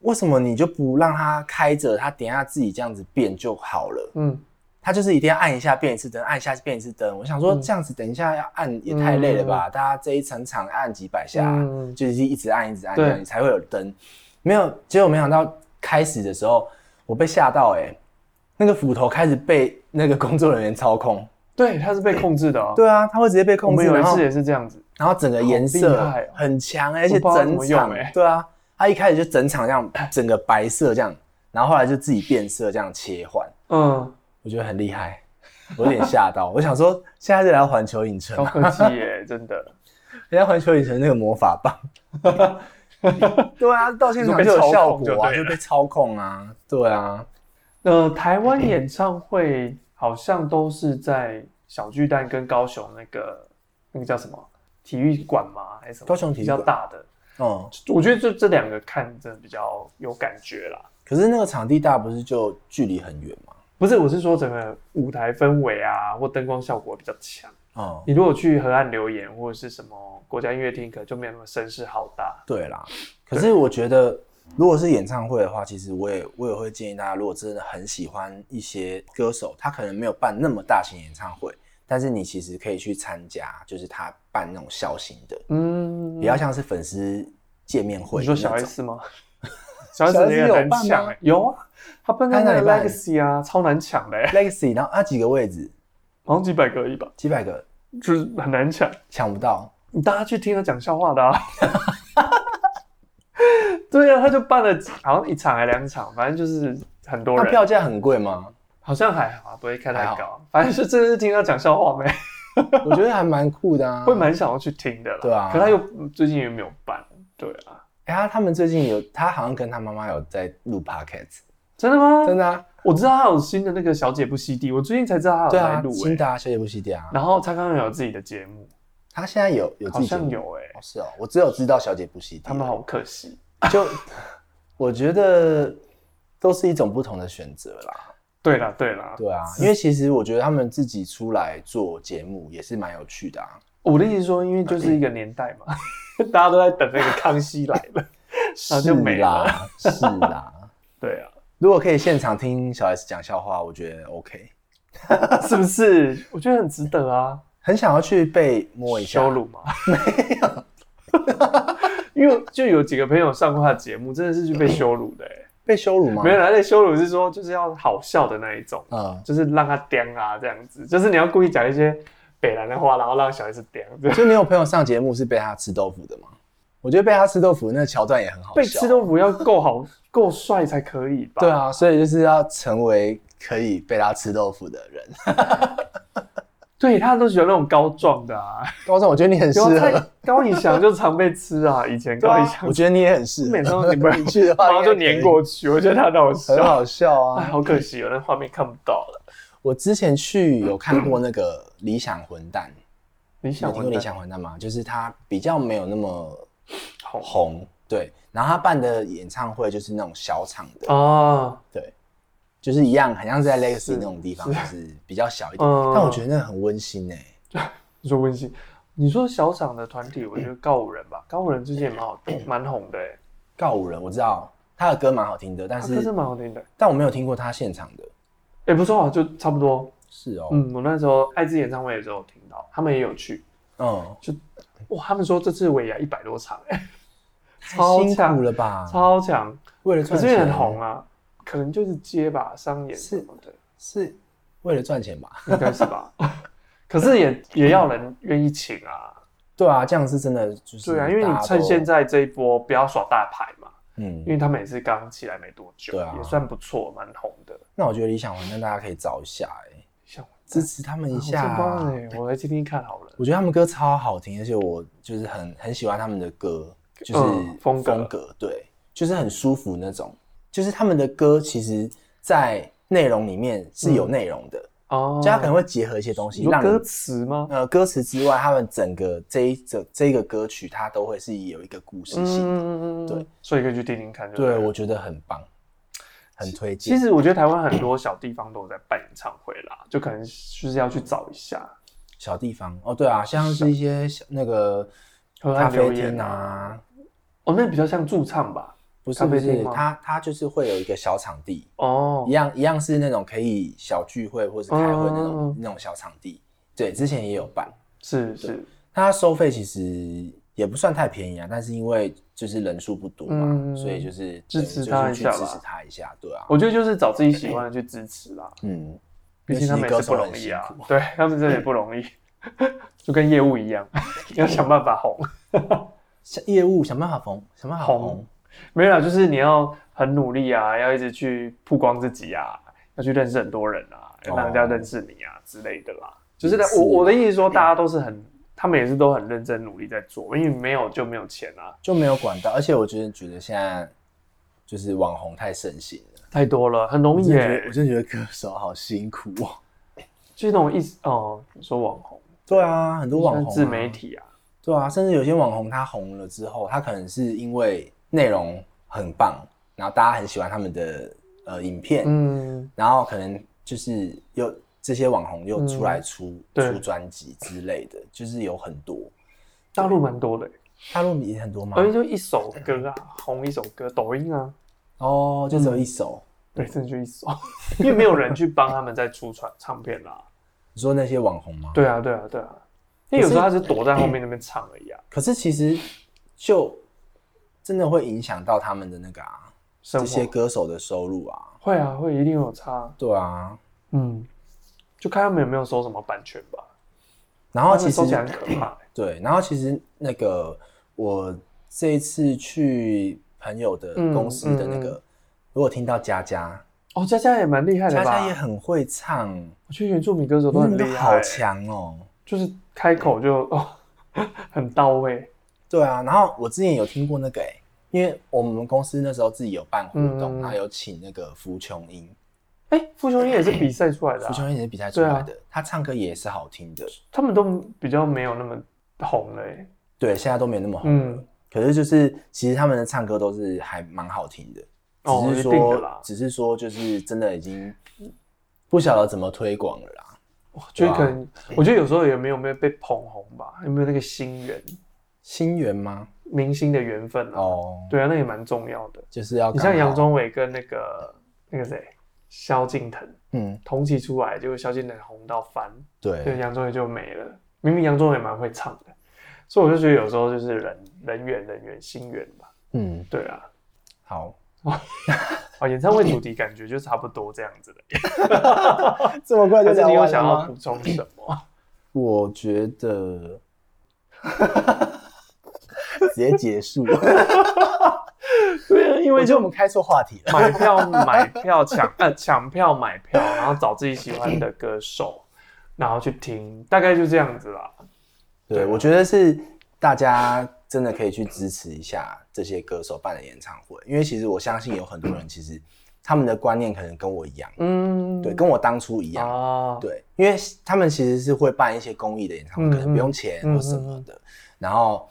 [SPEAKER 1] 为什么你就不让它开着，它等一下自己这样子变就好了？
[SPEAKER 2] 嗯，
[SPEAKER 1] 它就是一定要按一下变一次灯，按一下变一次灯。我想说
[SPEAKER 2] 嗯
[SPEAKER 1] 这样子，等一下要按也太累了吧？大家这一层场按几百下，
[SPEAKER 2] 嗯
[SPEAKER 1] 就是一直按一直按，
[SPEAKER 2] 对
[SPEAKER 1] 这样你才会有灯。没有，结果没想到开始的时候我被吓到、欸，那个斧头开始被那个工作人员操控。
[SPEAKER 2] 对，它是被控制的哦。，
[SPEAKER 1] 对啊，它会直接被
[SPEAKER 2] 我
[SPEAKER 1] 控
[SPEAKER 2] 们
[SPEAKER 1] 制，哦
[SPEAKER 2] 有一
[SPEAKER 1] 然后
[SPEAKER 2] 次也是这样子，
[SPEAKER 1] 然后整个颜
[SPEAKER 2] 好厉害
[SPEAKER 1] 色
[SPEAKER 2] 哦
[SPEAKER 1] 很强、而且
[SPEAKER 2] 我不知道怎
[SPEAKER 1] 整
[SPEAKER 2] 么用
[SPEAKER 1] 场、
[SPEAKER 2] 欸
[SPEAKER 1] 对啊，他一开始就整场这样，整个白色这样，然后后来就自己变色这样切换，
[SPEAKER 2] 嗯，
[SPEAKER 1] 我觉得很厉害，我有点吓到，我想说现在是来环球影城
[SPEAKER 2] 高
[SPEAKER 1] 吗，
[SPEAKER 2] 科 技耶，真的。
[SPEAKER 1] 人家环球影城那个魔法棒， 对啊，到现场就有效果啊，
[SPEAKER 2] 就
[SPEAKER 1] 就被
[SPEAKER 2] 被操控就对了
[SPEAKER 1] 操控啊，对啊，
[SPEAKER 2] 呃，台湾演唱会好像都是在小巨蛋跟高雄那个那个叫什么体育馆吗？还是什么？
[SPEAKER 1] 高雄体育
[SPEAKER 2] 比较
[SPEAKER 1] 馆
[SPEAKER 2] 大的，
[SPEAKER 1] 嗯，
[SPEAKER 2] 我觉得就这两个看真的比较有感觉啦。
[SPEAKER 1] 可是那个场地大不是就距离很远吗？
[SPEAKER 2] 不是，我是说整个舞台氛围啊，或灯光效果比较强。
[SPEAKER 1] 嗯，
[SPEAKER 2] 你如果去河岸留言或者是什么国家音乐厅，可能就没有那么声势浩大。
[SPEAKER 1] 对啦，可是我觉得，如果是演唱会的话，其实我也我也会建议大家，如果真的很喜欢一些歌手，他可能没有办那么大型演唱会，但是你其实可以去参加，就是他办那种小型的，
[SPEAKER 2] 嗯
[SPEAKER 1] 比，较像是粉丝见面会
[SPEAKER 2] 你
[SPEAKER 1] 那
[SPEAKER 2] 说小
[SPEAKER 1] 种。
[SPEAKER 2] S 吗？小 S
[SPEAKER 1] 小 S
[SPEAKER 2] 也很
[SPEAKER 1] 有办
[SPEAKER 2] 难
[SPEAKER 1] 吗
[SPEAKER 2] 抢、欸，有啊，他办在那
[SPEAKER 1] 他在哪
[SPEAKER 2] 个
[SPEAKER 1] 里办
[SPEAKER 2] Legacy 啊，超难抢的、欸，
[SPEAKER 1] Legacy，然后啊几个位置，
[SPEAKER 2] 好像几百个而已吧，
[SPEAKER 1] 几百个
[SPEAKER 2] 就是很难抢。
[SPEAKER 1] 抢不到，
[SPEAKER 2] 你大家去听他讲笑话的啊。 对啊，他就办了好像一场还两场，反正就是很多
[SPEAKER 1] 那
[SPEAKER 2] 人，
[SPEAKER 1] 票价很贵 吗？
[SPEAKER 2] 好像还好啊，不会开太
[SPEAKER 1] 还嗯
[SPEAKER 2] 高。反正就真的是听他讲笑话没，
[SPEAKER 1] 我觉得还蛮酷的啊。
[SPEAKER 2] 会蛮想要去听的啦。
[SPEAKER 1] 对啊
[SPEAKER 2] 可他又最近也没有办，对啊，
[SPEAKER 1] 哎、他他们最近有，他好像跟他妈妈有在录 podcast，
[SPEAKER 2] 真的吗？
[SPEAKER 1] 真的啊，
[SPEAKER 2] 我知道他有新的那个小姐不吸地，我最近才知道他有
[SPEAKER 1] 对
[SPEAKER 2] 来
[SPEAKER 1] 啊
[SPEAKER 2] 录，
[SPEAKER 1] 新
[SPEAKER 2] 欸
[SPEAKER 1] 的啊，小姐不息地啊，
[SPEAKER 2] 然后他刚刚有自己的节目，
[SPEAKER 1] 他现在有有自
[SPEAKER 2] 好
[SPEAKER 1] 己节
[SPEAKER 2] 像
[SPEAKER 1] 目
[SPEAKER 2] 有哎、
[SPEAKER 1] 哦，是哦，我只有知道小姐不吸地，
[SPEAKER 2] 他们好可惜。
[SPEAKER 1] 就我觉得都是一种不同的选择啦。
[SPEAKER 2] 对啦对啦，
[SPEAKER 1] 对啊，因为其实我觉得他们自己出来做节目也是蛮有趣的啊。
[SPEAKER 2] 我的意思是说，因为就是一个年代嘛， 大家都在等那个康熙来了，然后就没
[SPEAKER 1] 是
[SPEAKER 2] 了。
[SPEAKER 1] 啦，是啦。
[SPEAKER 2] 对啊，
[SPEAKER 1] 如果可以现场听小 S 讲笑话，我觉得 OK。
[SPEAKER 2] 是不是？我觉得很值得啊。
[SPEAKER 1] 很想要去被摸一下
[SPEAKER 2] 羞，辱吗？没 有，因为就有几个朋友上过他的节目，真的是去被羞辱的、欸。
[SPEAKER 1] 被羞辱吗？
[SPEAKER 2] 没有啦，那羞辱是说就是要好笑的那一种，
[SPEAKER 1] 嗯，
[SPEAKER 2] 就是让他颠啊这样子，就是你要故意讲一些北兰的话，然后让小孩子颠。对
[SPEAKER 1] 就你有朋友上节目是被他吃豆腐的吗？我觉得被他吃豆腐那个桥段也很好笑。
[SPEAKER 2] 被吃豆腐要够好、够帅才可以吧？
[SPEAKER 1] 对，啊，所以就是要成为可以被他吃豆腐的人。
[SPEAKER 2] 对，他都喜欢那种高壮的啊。
[SPEAKER 1] 高中我觉得你很适
[SPEAKER 2] 有啊
[SPEAKER 1] 合。
[SPEAKER 2] 蔡高以翔就常被吃啊，以前高以 翔
[SPEAKER 1] 我，觉得你也很适合。
[SPEAKER 2] 每 次都你不
[SPEAKER 1] 你去的 话，
[SPEAKER 2] 然后就粘，过去，我觉得他很好
[SPEAKER 1] 很
[SPEAKER 2] 笑。
[SPEAKER 1] 好笑
[SPEAKER 2] 哎，
[SPEAKER 1] 啊！
[SPEAKER 2] 好可惜哦，那画面看不到了。
[SPEAKER 1] 我之前去有看过那个《理想混蛋》，
[SPEAKER 2] 理
[SPEAKER 1] 有
[SPEAKER 2] 想
[SPEAKER 1] 听过
[SPEAKER 2] 混
[SPEAKER 1] 《
[SPEAKER 2] 蛋
[SPEAKER 1] 理想混蛋》吗？就是他比较没有那么
[SPEAKER 2] 好
[SPEAKER 1] 红，对。然后他办的演唱会就是那种小场的，
[SPEAKER 2] 啊，
[SPEAKER 1] 对，就是一样，很像是在 Legacy
[SPEAKER 2] 是
[SPEAKER 1] 那种地方，就是比较小一点。
[SPEAKER 2] 嗯
[SPEAKER 1] 但我觉得那很温馨哎，
[SPEAKER 2] 你说温馨，你说小厂的团体，我觉得告五人
[SPEAKER 1] 嗯
[SPEAKER 2] 吧，告五人最近也蛮好，蛮红的哎，
[SPEAKER 1] 告五人我知道他的歌蛮好听的，但
[SPEAKER 2] 他啊歌是
[SPEAKER 1] 是
[SPEAKER 2] 蛮好听的，
[SPEAKER 1] 但我没有听过他现场的。
[SPEAKER 2] 也不错啊，就差不多。
[SPEAKER 1] 是哦，
[SPEAKER 2] 嗯，我那时候艾滋演唱会的时候有听到，他们也有去，
[SPEAKER 1] 嗯，
[SPEAKER 2] 哇，他们说这次尾牙一百多场哎，超
[SPEAKER 1] 辛
[SPEAKER 2] 强
[SPEAKER 1] 苦了吧？
[SPEAKER 2] 超强，
[SPEAKER 1] 为了
[SPEAKER 2] 可
[SPEAKER 1] 赚
[SPEAKER 2] 是也
[SPEAKER 1] 钱
[SPEAKER 2] 很红啊，可能就是接吧，商演什么的，
[SPEAKER 1] 是为了赚钱吧？
[SPEAKER 2] 应该是吧。可是也也要人愿意请啊，
[SPEAKER 1] 对啊，这样是真的就是
[SPEAKER 2] 对啊，因为你
[SPEAKER 1] 大家
[SPEAKER 2] 趁
[SPEAKER 1] 都
[SPEAKER 2] 现在这一波不要耍大牌嘛，
[SPEAKER 1] 嗯
[SPEAKER 2] 因，为他们也是刚起来没多久，
[SPEAKER 1] 对啊
[SPEAKER 2] 也算不错，蛮红的。
[SPEAKER 1] 那我觉得理想混蛋大家可以找一下哎，
[SPEAKER 2] 像
[SPEAKER 1] 支持他们一下
[SPEAKER 2] 好棒
[SPEAKER 1] 啊。
[SPEAKER 2] 哎，我来听听看好了。
[SPEAKER 1] 我觉得他们歌超好听，而且我就是很很喜欢他们的歌，就是
[SPEAKER 2] 嗯风格
[SPEAKER 1] 对，就是很舒服那种。就是他们的歌其实，在内容里面是有内容的，
[SPEAKER 2] 嗯哦，
[SPEAKER 1] 就他可能会结合一些东西，
[SPEAKER 2] 你说
[SPEAKER 1] 让
[SPEAKER 2] 歌
[SPEAKER 1] 你
[SPEAKER 2] 词吗？
[SPEAKER 1] 呃歌词之外，他们整个这一整这一个歌曲，它都会是有一个故事性。
[SPEAKER 2] 嗯，
[SPEAKER 1] 对，
[SPEAKER 2] 所以可以去听听看就
[SPEAKER 1] 对，
[SPEAKER 2] 了
[SPEAKER 1] 我觉得很棒，很推
[SPEAKER 2] 其
[SPEAKER 1] 荐。
[SPEAKER 2] 实我觉得台湾很多小地方都有在办演唱会 啦，就可能就是要去找一下。
[SPEAKER 1] 小地方哦，对啊，像是一些小那个
[SPEAKER 2] 河
[SPEAKER 1] 咖
[SPEAKER 2] 岸
[SPEAKER 1] 啡
[SPEAKER 2] 留言
[SPEAKER 1] 厅，啊，
[SPEAKER 2] 哦，那比较像驻唱吧？
[SPEAKER 1] 不是
[SPEAKER 2] 咖
[SPEAKER 1] 不
[SPEAKER 2] 啡厅
[SPEAKER 1] 是，
[SPEAKER 2] 吗
[SPEAKER 1] 它它就是会有一个小场地，
[SPEAKER 2] 哦
[SPEAKER 1] 一，样一样是那种可以小聚会或是开会那种、
[SPEAKER 2] 嗯
[SPEAKER 1] 那种小场地。对，之前也有办，
[SPEAKER 2] 是是，
[SPEAKER 1] 它收费其实也不算太便宜啊，但是因为就是人数不多嘛，
[SPEAKER 2] 嗯
[SPEAKER 1] 所以就是
[SPEAKER 2] 支持他一下
[SPEAKER 1] 就
[SPEAKER 2] 吧
[SPEAKER 1] 是去支持他一下，对啊，
[SPEAKER 2] 我觉得就是找自己喜欢的去支持啦，
[SPEAKER 1] 嗯，
[SPEAKER 2] 毕竟他们
[SPEAKER 1] 尤
[SPEAKER 2] 也
[SPEAKER 1] 其
[SPEAKER 2] 是
[SPEAKER 1] 歌
[SPEAKER 2] 不
[SPEAKER 1] 手很
[SPEAKER 2] 容易
[SPEAKER 1] 辛
[SPEAKER 2] 啊
[SPEAKER 1] 苦，，
[SPEAKER 2] 对他们真的也不容易， 就跟业务一样， 要想办法红。
[SPEAKER 1] 像业务想办法红，想办法红
[SPEAKER 2] 红，没有啦，就是你要很努力啊，要一直去曝光自己啊，要去认识很多人啊，
[SPEAKER 1] 哦
[SPEAKER 2] 要让人家认识你啊之类的啦。就是在
[SPEAKER 1] 也是
[SPEAKER 2] 我我的意思说，大家都是很，他们也是都很认真努力在做，因为没有就没有钱啊，
[SPEAKER 1] 就没有管到。而且我觉得觉得现在就是网红太盛行了，
[SPEAKER 2] 太多了，很容
[SPEAKER 1] 我
[SPEAKER 2] 易
[SPEAKER 1] 真的觉得
[SPEAKER 2] 耶
[SPEAKER 1] 我。真的觉得歌手好辛苦哦。
[SPEAKER 2] 就是那种意思哦，你说网红，
[SPEAKER 1] 对啊，很多网红、啊、
[SPEAKER 2] 像自媒体啊，
[SPEAKER 1] 对啊，甚至有些网红他红了之后，他可能是因为内容很棒，然后大家很喜欢他们的呃影片，
[SPEAKER 2] 嗯，
[SPEAKER 1] 然后可能就是又这些网红又出来出、
[SPEAKER 2] 嗯对
[SPEAKER 1] 出专辑之类的，就是有很多。
[SPEAKER 2] 大陆蛮多的，
[SPEAKER 1] 大陆也很多吗
[SPEAKER 2] 而？且就一首歌啊，红一首歌，抖音啊，
[SPEAKER 1] 哦，就只
[SPEAKER 2] 嗯
[SPEAKER 1] 有一首。
[SPEAKER 2] 对，真的就一首，因为没有人去帮他们在出传唱片啦。
[SPEAKER 1] 你说那些网红吗？。
[SPEAKER 2] 对啊，对啊，对啊，因为有时候他是躲在后面那边唱而已啊，
[SPEAKER 1] 可是其实就真的会影响到他们的那个啊，
[SPEAKER 2] 生
[SPEAKER 1] 这些
[SPEAKER 2] 活
[SPEAKER 1] 歌手的收入啊。
[SPEAKER 2] 会啊，会一定有差，
[SPEAKER 1] 对啊，
[SPEAKER 2] 嗯，就看他们有没有收什么版权吧。
[SPEAKER 1] 然后
[SPEAKER 2] 他
[SPEAKER 1] 其
[SPEAKER 2] 们
[SPEAKER 1] 实
[SPEAKER 2] 收起来很可怕、 欸，
[SPEAKER 1] 对，然后其实那个我这一次去朋友的公司的那个，
[SPEAKER 2] 嗯嗯
[SPEAKER 1] 如果听到佳佳，
[SPEAKER 2] 哦，佳佳也蛮厉害的
[SPEAKER 1] 佳
[SPEAKER 2] 吧？
[SPEAKER 1] 佳也很会唱，
[SPEAKER 2] 我觉得原住民歌手都
[SPEAKER 1] 你
[SPEAKER 2] 很
[SPEAKER 1] 们
[SPEAKER 2] 厉
[SPEAKER 1] 都
[SPEAKER 2] 害
[SPEAKER 1] 好
[SPEAKER 2] 欸、
[SPEAKER 1] 强哦。
[SPEAKER 2] 就是开口就哦， 很到位。
[SPEAKER 1] 对啊，然后我之前有听过那个哎、因为我们公司那时候自己有办活动，
[SPEAKER 2] 嗯
[SPEAKER 1] 然后有请那个福琼英，
[SPEAKER 2] 哎、傅雄英也是比赛出来的、
[SPEAKER 1] 福
[SPEAKER 2] 啊，
[SPEAKER 1] 琼英也是比赛出来的，她唱歌也是好听的。
[SPEAKER 2] 他们都比较没有那么红了、欸。
[SPEAKER 1] 对，现在都没那么红，
[SPEAKER 2] 嗯，
[SPEAKER 1] 可是就是其实他们的唱歌都是还蛮好听的，
[SPEAKER 2] 哦
[SPEAKER 1] 只是
[SPEAKER 2] 一定
[SPEAKER 1] 说、
[SPEAKER 2] 的啦
[SPEAKER 1] 只是说就是真的已经不晓得怎么推广了啦。
[SPEAKER 2] 我觉得可能，我觉得有时候也没有没有被捧红吧，有没有那个心缘，
[SPEAKER 1] 新源吗？
[SPEAKER 2] 明星的缘分啊？
[SPEAKER 1] 哦，
[SPEAKER 2] 对啊，那也蛮重要的。
[SPEAKER 1] 就是要
[SPEAKER 2] 你像
[SPEAKER 1] 刚好
[SPEAKER 2] 杨，宗纬跟那个那个谁萧敬腾
[SPEAKER 1] 嗯，
[SPEAKER 2] 同期出来，结果萧敬腾红到翻，
[SPEAKER 1] 对，
[SPEAKER 2] 对，杨宗纬就没了。明明杨宗纬蛮会唱的，所以我就觉得有时候就是人人缘、人缘、心缘吧。
[SPEAKER 1] 嗯，
[SPEAKER 2] 对啊，
[SPEAKER 1] 好，
[SPEAKER 2] 哦，演唱会主题感觉就差不多这样子的。
[SPEAKER 1] 这么快
[SPEAKER 2] 但是你有
[SPEAKER 1] 我
[SPEAKER 2] 想要补？充什么？
[SPEAKER 1] 我觉 得直接结 束，
[SPEAKER 2] 对啊，因
[SPEAKER 1] 我觉
[SPEAKER 2] 为
[SPEAKER 1] 得
[SPEAKER 2] 就
[SPEAKER 1] 我们开错话题了。
[SPEAKER 2] 买票买票抢呃抢票买票，然后找自己喜欢的歌手，然后去听，大概就这样子啦。啊
[SPEAKER 1] 对，我觉得是大家真的可以去支持一下这些歌手办的演唱会，因为其实我相信有很多人其实他们的观念可能跟我一样，
[SPEAKER 2] 嗯，
[SPEAKER 1] 对，跟我当初一样，
[SPEAKER 2] 啊，
[SPEAKER 1] 对，因为他们其实是会办一些公益的演唱会，
[SPEAKER 2] 嗯
[SPEAKER 1] 可能不用钱
[SPEAKER 2] 嗯
[SPEAKER 1] 或什么的，然后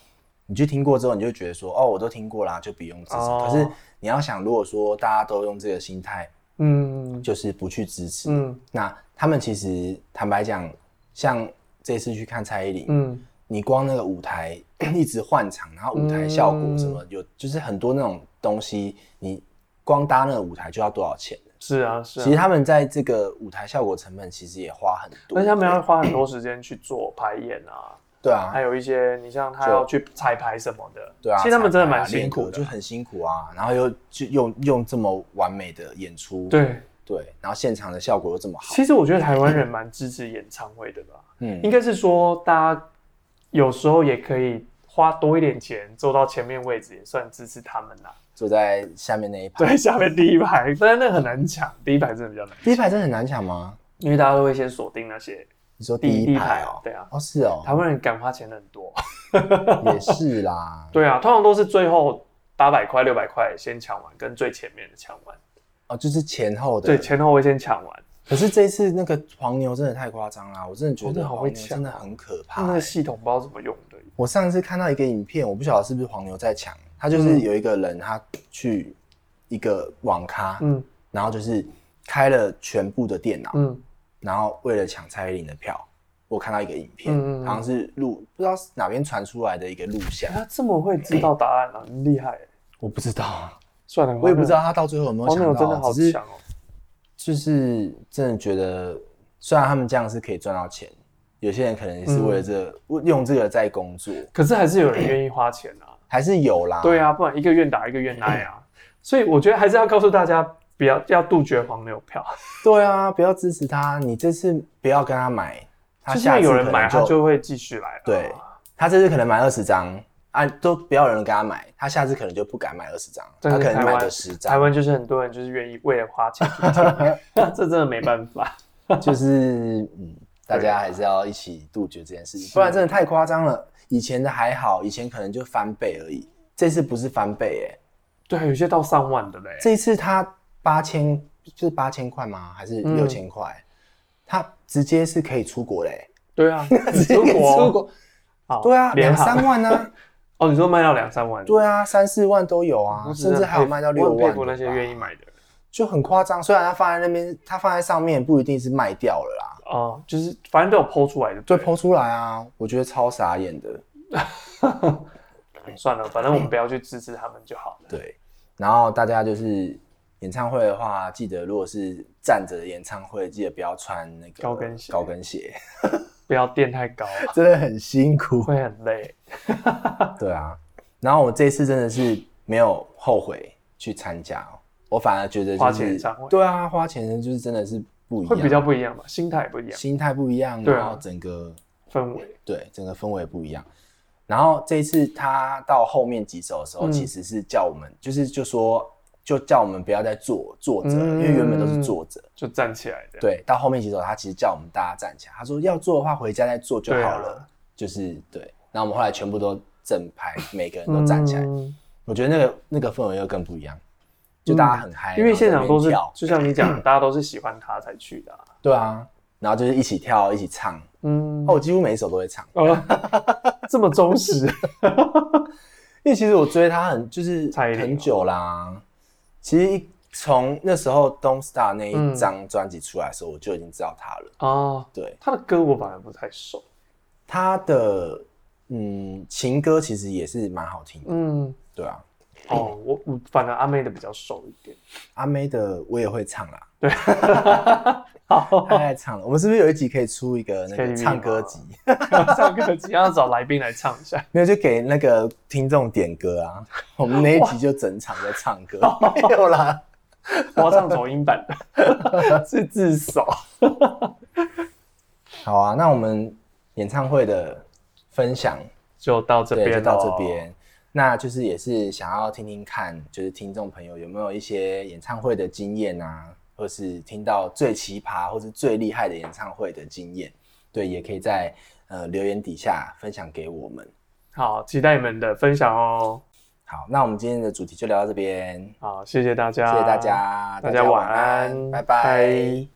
[SPEAKER 1] 你去听过之后，你就觉得说，哦，我都听过啦，就不用支持。
[SPEAKER 2] 哦
[SPEAKER 1] 可是你要想，如果说大家都用这个心态，
[SPEAKER 2] 嗯
[SPEAKER 1] 就是不去支持，
[SPEAKER 2] 嗯
[SPEAKER 1] 那他们其实坦白讲，像这次去看蔡依林，
[SPEAKER 2] 嗯，
[SPEAKER 1] 你光那个舞台 一直换场，然后舞台效果什么、
[SPEAKER 2] 嗯
[SPEAKER 1] 有，就是很多那种东西，你光搭那个舞台就要多少钱了？
[SPEAKER 2] 是啊是啊。
[SPEAKER 1] 其实他们在这个舞台效果成本其实也花很多，
[SPEAKER 2] 而且他们要花很多时间去做排演啊，
[SPEAKER 1] 对啊，
[SPEAKER 2] 还有一些你像他
[SPEAKER 1] 就
[SPEAKER 2] 要去彩排什么的，
[SPEAKER 1] 对啊，
[SPEAKER 2] 其实他们真的
[SPEAKER 1] 彩排啊
[SPEAKER 2] 蛮辛苦
[SPEAKER 1] 练歌
[SPEAKER 2] 的
[SPEAKER 1] 就，很辛苦啊。然后又就用用这么完美的演出，
[SPEAKER 2] 对。
[SPEAKER 1] 对，然后现场的效果又这么好，
[SPEAKER 2] 其实我觉得台湾人蛮支持演唱会的吧，
[SPEAKER 1] 嗯
[SPEAKER 2] 应，该是说大家有时候也可以花多一点钱坐到前面位置，也算支持他们啦。
[SPEAKER 1] 坐在下面那 一排，
[SPEAKER 2] 对，下面第一排， 但是那很难抢，第一排真的比较难，
[SPEAKER 1] 第一排真的很难抢吗？
[SPEAKER 2] 因为大家都会先锁定那些
[SPEAKER 1] 你说
[SPEAKER 2] 第
[SPEAKER 1] 第
[SPEAKER 2] 第
[SPEAKER 1] 一排
[SPEAKER 2] 哦
[SPEAKER 1] 哦，，
[SPEAKER 2] 对啊，
[SPEAKER 1] 哦是哦，
[SPEAKER 2] 台湾人敢花钱的很多，
[SPEAKER 1] 也是啦，
[SPEAKER 2] 对啊，通常都是最后八百块、六百块先抢完，跟最前面的抢完，
[SPEAKER 1] 哦就是前后的，
[SPEAKER 2] 对，前后会先抢完。
[SPEAKER 1] 可是这一次那个黄牛真的太夸张啦，我真的觉
[SPEAKER 2] 哦那
[SPEAKER 1] 得
[SPEAKER 2] 好
[SPEAKER 1] 黄
[SPEAKER 2] 会
[SPEAKER 1] 牛
[SPEAKER 2] 抢
[SPEAKER 1] 真的很可怕、
[SPEAKER 2] 他那个
[SPEAKER 1] 欸
[SPEAKER 2] 系统不知道怎么用的，
[SPEAKER 1] 我上次看到一个影片，我不晓得是不是黄牛在抢，他
[SPEAKER 2] 嗯
[SPEAKER 1] 就是有一个人他去一个网咖，
[SPEAKER 2] 嗯
[SPEAKER 1] 然后就是开了全部的电脑，
[SPEAKER 2] 嗯，
[SPEAKER 1] 然后为了抢蔡依林的票，我看到一个影片，
[SPEAKER 2] 嗯嗯嗯
[SPEAKER 1] 好像是录不知道是哪边传出来的一个录像，
[SPEAKER 2] 哎他这么会知道答案啊，很厉害欸。
[SPEAKER 1] 我不知道啊，
[SPEAKER 2] 算了，
[SPEAKER 1] 我也不知道他到最后有没有
[SPEAKER 2] 黄
[SPEAKER 1] 抢
[SPEAKER 2] 牛
[SPEAKER 1] 到，
[SPEAKER 2] 真的好
[SPEAKER 1] 只是
[SPEAKER 2] 强哦。
[SPEAKER 1] 就是真的觉得，虽然他们这样是可以赚到钱，有些人可能也是为
[SPEAKER 2] 嗯
[SPEAKER 1] 了这个用这个在工作，
[SPEAKER 2] 可是还是有人愿意花钱啊。
[SPEAKER 1] 还是有啦。
[SPEAKER 2] 对，啊，不然一个愿打一个愿挨啊。所以我觉得还是要告诉大家，不要要杜绝黄牛票。
[SPEAKER 1] 对啊，不要支持他，你这次不要跟他买，他
[SPEAKER 2] 就
[SPEAKER 1] 下
[SPEAKER 2] 像
[SPEAKER 1] 次
[SPEAKER 2] 有
[SPEAKER 1] 可
[SPEAKER 2] 人买，
[SPEAKER 1] 能
[SPEAKER 2] 他
[SPEAKER 1] 就
[SPEAKER 2] 就会继续来了。
[SPEAKER 1] 对他这次可能买二十张啊，都不要有人跟他买，他下次可能就不敢买二十张，
[SPEAKER 2] 但
[SPEAKER 1] 他
[SPEAKER 2] 是
[SPEAKER 1] 可能
[SPEAKER 2] 台
[SPEAKER 1] 买
[SPEAKER 2] 湾
[SPEAKER 1] 个十
[SPEAKER 2] 台
[SPEAKER 1] 张，
[SPEAKER 2] 湾就是很多人就是愿意为了花钱 去听，这真的没办法。
[SPEAKER 1] 就是嗯，大
[SPEAKER 2] 对啊
[SPEAKER 1] 家还是要一起杜绝这件事情，不然真的太夸张了。以前的还好，以前可能就翻倍而已，这次不是翻倍哎、
[SPEAKER 2] 对，啊有些到上万的嘞。
[SPEAKER 1] 这一次他八千是八千块吗？还是
[SPEAKER 2] 嗯
[SPEAKER 1] 六千块？他直接是可以出国嘞、
[SPEAKER 2] 对啊，
[SPEAKER 1] 直接
[SPEAKER 2] 出
[SPEAKER 1] 可以出
[SPEAKER 2] 国
[SPEAKER 1] 国，
[SPEAKER 2] 好
[SPEAKER 1] 对啊，
[SPEAKER 2] 联
[SPEAKER 1] 两
[SPEAKER 2] 行
[SPEAKER 1] 三万啊，
[SPEAKER 2] 哦，你说卖到两三万，
[SPEAKER 1] 对啊，三四万都有啊
[SPEAKER 2] 我，只
[SPEAKER 1] 甚
[SPEAKER 2] 能
[SPEAKER 1] 至还有
[SPEAKER 2] 佩服
[SPEAKER 1] 卖到六
[SPEAKER 2] 我很
[SPEAKER 1] 万
[SPEAKER 2] 佩服那些
[SPEAKER 1] 的吧
[SPEAKER 2] 愿意买的人
[SPEAKER 1] 就很夸张。虽然它放在那边，它放在上面不一定是卖掉了啦，
[SPEAKER 2] 哦，就是反正都有剖出来的。
[SPEAKER 1] 就抛出来啊，我觉得超傻眼的。
[SPEAKER 2] 嗯算了，反正我们不要去支持他们就好了。
[SPEAKER 1] 对，然后大家就是演唱会的话，记得如果是站着的演唱会，记得不要穿那个
[SPEAKER 2] 高跟鞋
[SPEAKER 1] 高跟鞋
[SPEAKER 2] 不要垫太高，
[SPEAKER 1] 真的很辛苦。
[SPEAKER 2] 会很累。
[SPEAKER 1] 对啊，然后我这次真的是没有后悔去参加哦，我反而觉得、就是、
[SPEAKER 2] 花钱演唱会
[SPEAKER 1] 对啊，花钱就是真的是不一
[SPEAKER 2] 会
[SPEAKER 1] 样，啊
[SPEAKER 2] 比较不一样吧，心态也不一样，
[SPEAKER 1] 心态不一样，
[SPEAKER 2] 对啊
[SPEAKER 1] 然后整个
[SPEAKER 2] 氛围。
[SPEAKER 1] 对，整个氛围不一样。然后这一次他到后面几首的时候，
[SPEAKER 2] 嗯
[SPEAKER 1] 其实是叫我们，就是就说就叫我们不要再坐坐着，
[SPEAKER 2] 嗯
[SPEAKER 1] 因为原本都是坐着。
[SPEAKER 2] 就站起来的。
[SPEAKER 1] 对，到后面几首他其实叫我们大家站起来，他说要坐的话回家再坐就
[SPEAKER 2] 对啊
[SPEAKER 1] 好了，就是对。然后我们后来全部都正排，每个人都站起来，
[SPEAKER 2] 嗯
[SPEAKER 1] 我觉得那个那个氛围又更不一样，就大家很嗨、
[SPEAKER 2] 嗯因为现场都是
[SPEAKER 1] 然后在那边跳，
[SPEAKER 2] 就像 你讲，大家都是喜欢他才去的啊、
[SPEAKER 1] 对啊，然后就是一起跳一起唱，
[SPEAKER 2] 嗯，
[SPEAKER 1] 哦，我几乎每一首都会唱。
[SPEAKER 2] 哦，这么忠实，
[SPEAKER 1] 因为其实我追他很就是
[SPEAKER 2] 蔡依林哦
[SPEAKER 1] 很久啦，其实一从那时候《Don't Star》那一张专辑出来的时候，我就已经知道他了。
[SPEAKER 2] 哦，
[SPEAKER 1] 对
[SPEAKER 2] 他的歌我反而不太熟。
[SPEAKER 1] 他的嗯情歌其实也是蛮好听的，
[SPEAKER 2] 嗯，
[SPEAKER 1] 对啊，
[SPEAKER 2] 哦，我我反而阿妹的比较熟一 点。
[SPEAKER 1] 阿妹的我也会唱啦，
[SPEAKER 2] 好，
[SPEAKER 1] 太爱唱了。我们是不是有一集可以出一个那
[SPEAKER 2] KTV
[SPEAKER 1] 个唱歌集？
[SPEAKER 2] 上个集要找来宾来唱一下。
[SPEAKER 1] 没有就给那个听众点歌 啊，我们那一集就整场在唱歌， 没有啦。
[SPEAKER 2] 我要唱走音版 的，是自首。
[SPEAKER 1] 好啊，那我们演唱会的分享
[SPEAKER 2] 就到这
[SPEAKER 1] 对，
[SPEAKER 2] 边
[SPEAKER 1] 就
[SPEAKER 2] 咯，
[SPEAKER 1] 到这边。那就是也是想要听听看，就是听众朋友有没有一些演唱会的经验啊，或是听到最奇葩或是最厉害的演唱会的经验，对，也可以在呃留言底下分享给我们。
[SPEAKER 2] 好，期待你们的分享哦。
[SPEAKER 1] 好，那我们今天的主题就聊到这边，
[SPEAKER 2] 好，谢谢大家，
[SPEAKER 1] 谢谢大家，
[SPEAKER 2] 大家晚
[SPEAKER 1] 晚
[SPEAKER 2] 安，
[SPEAKER 1] 拜拜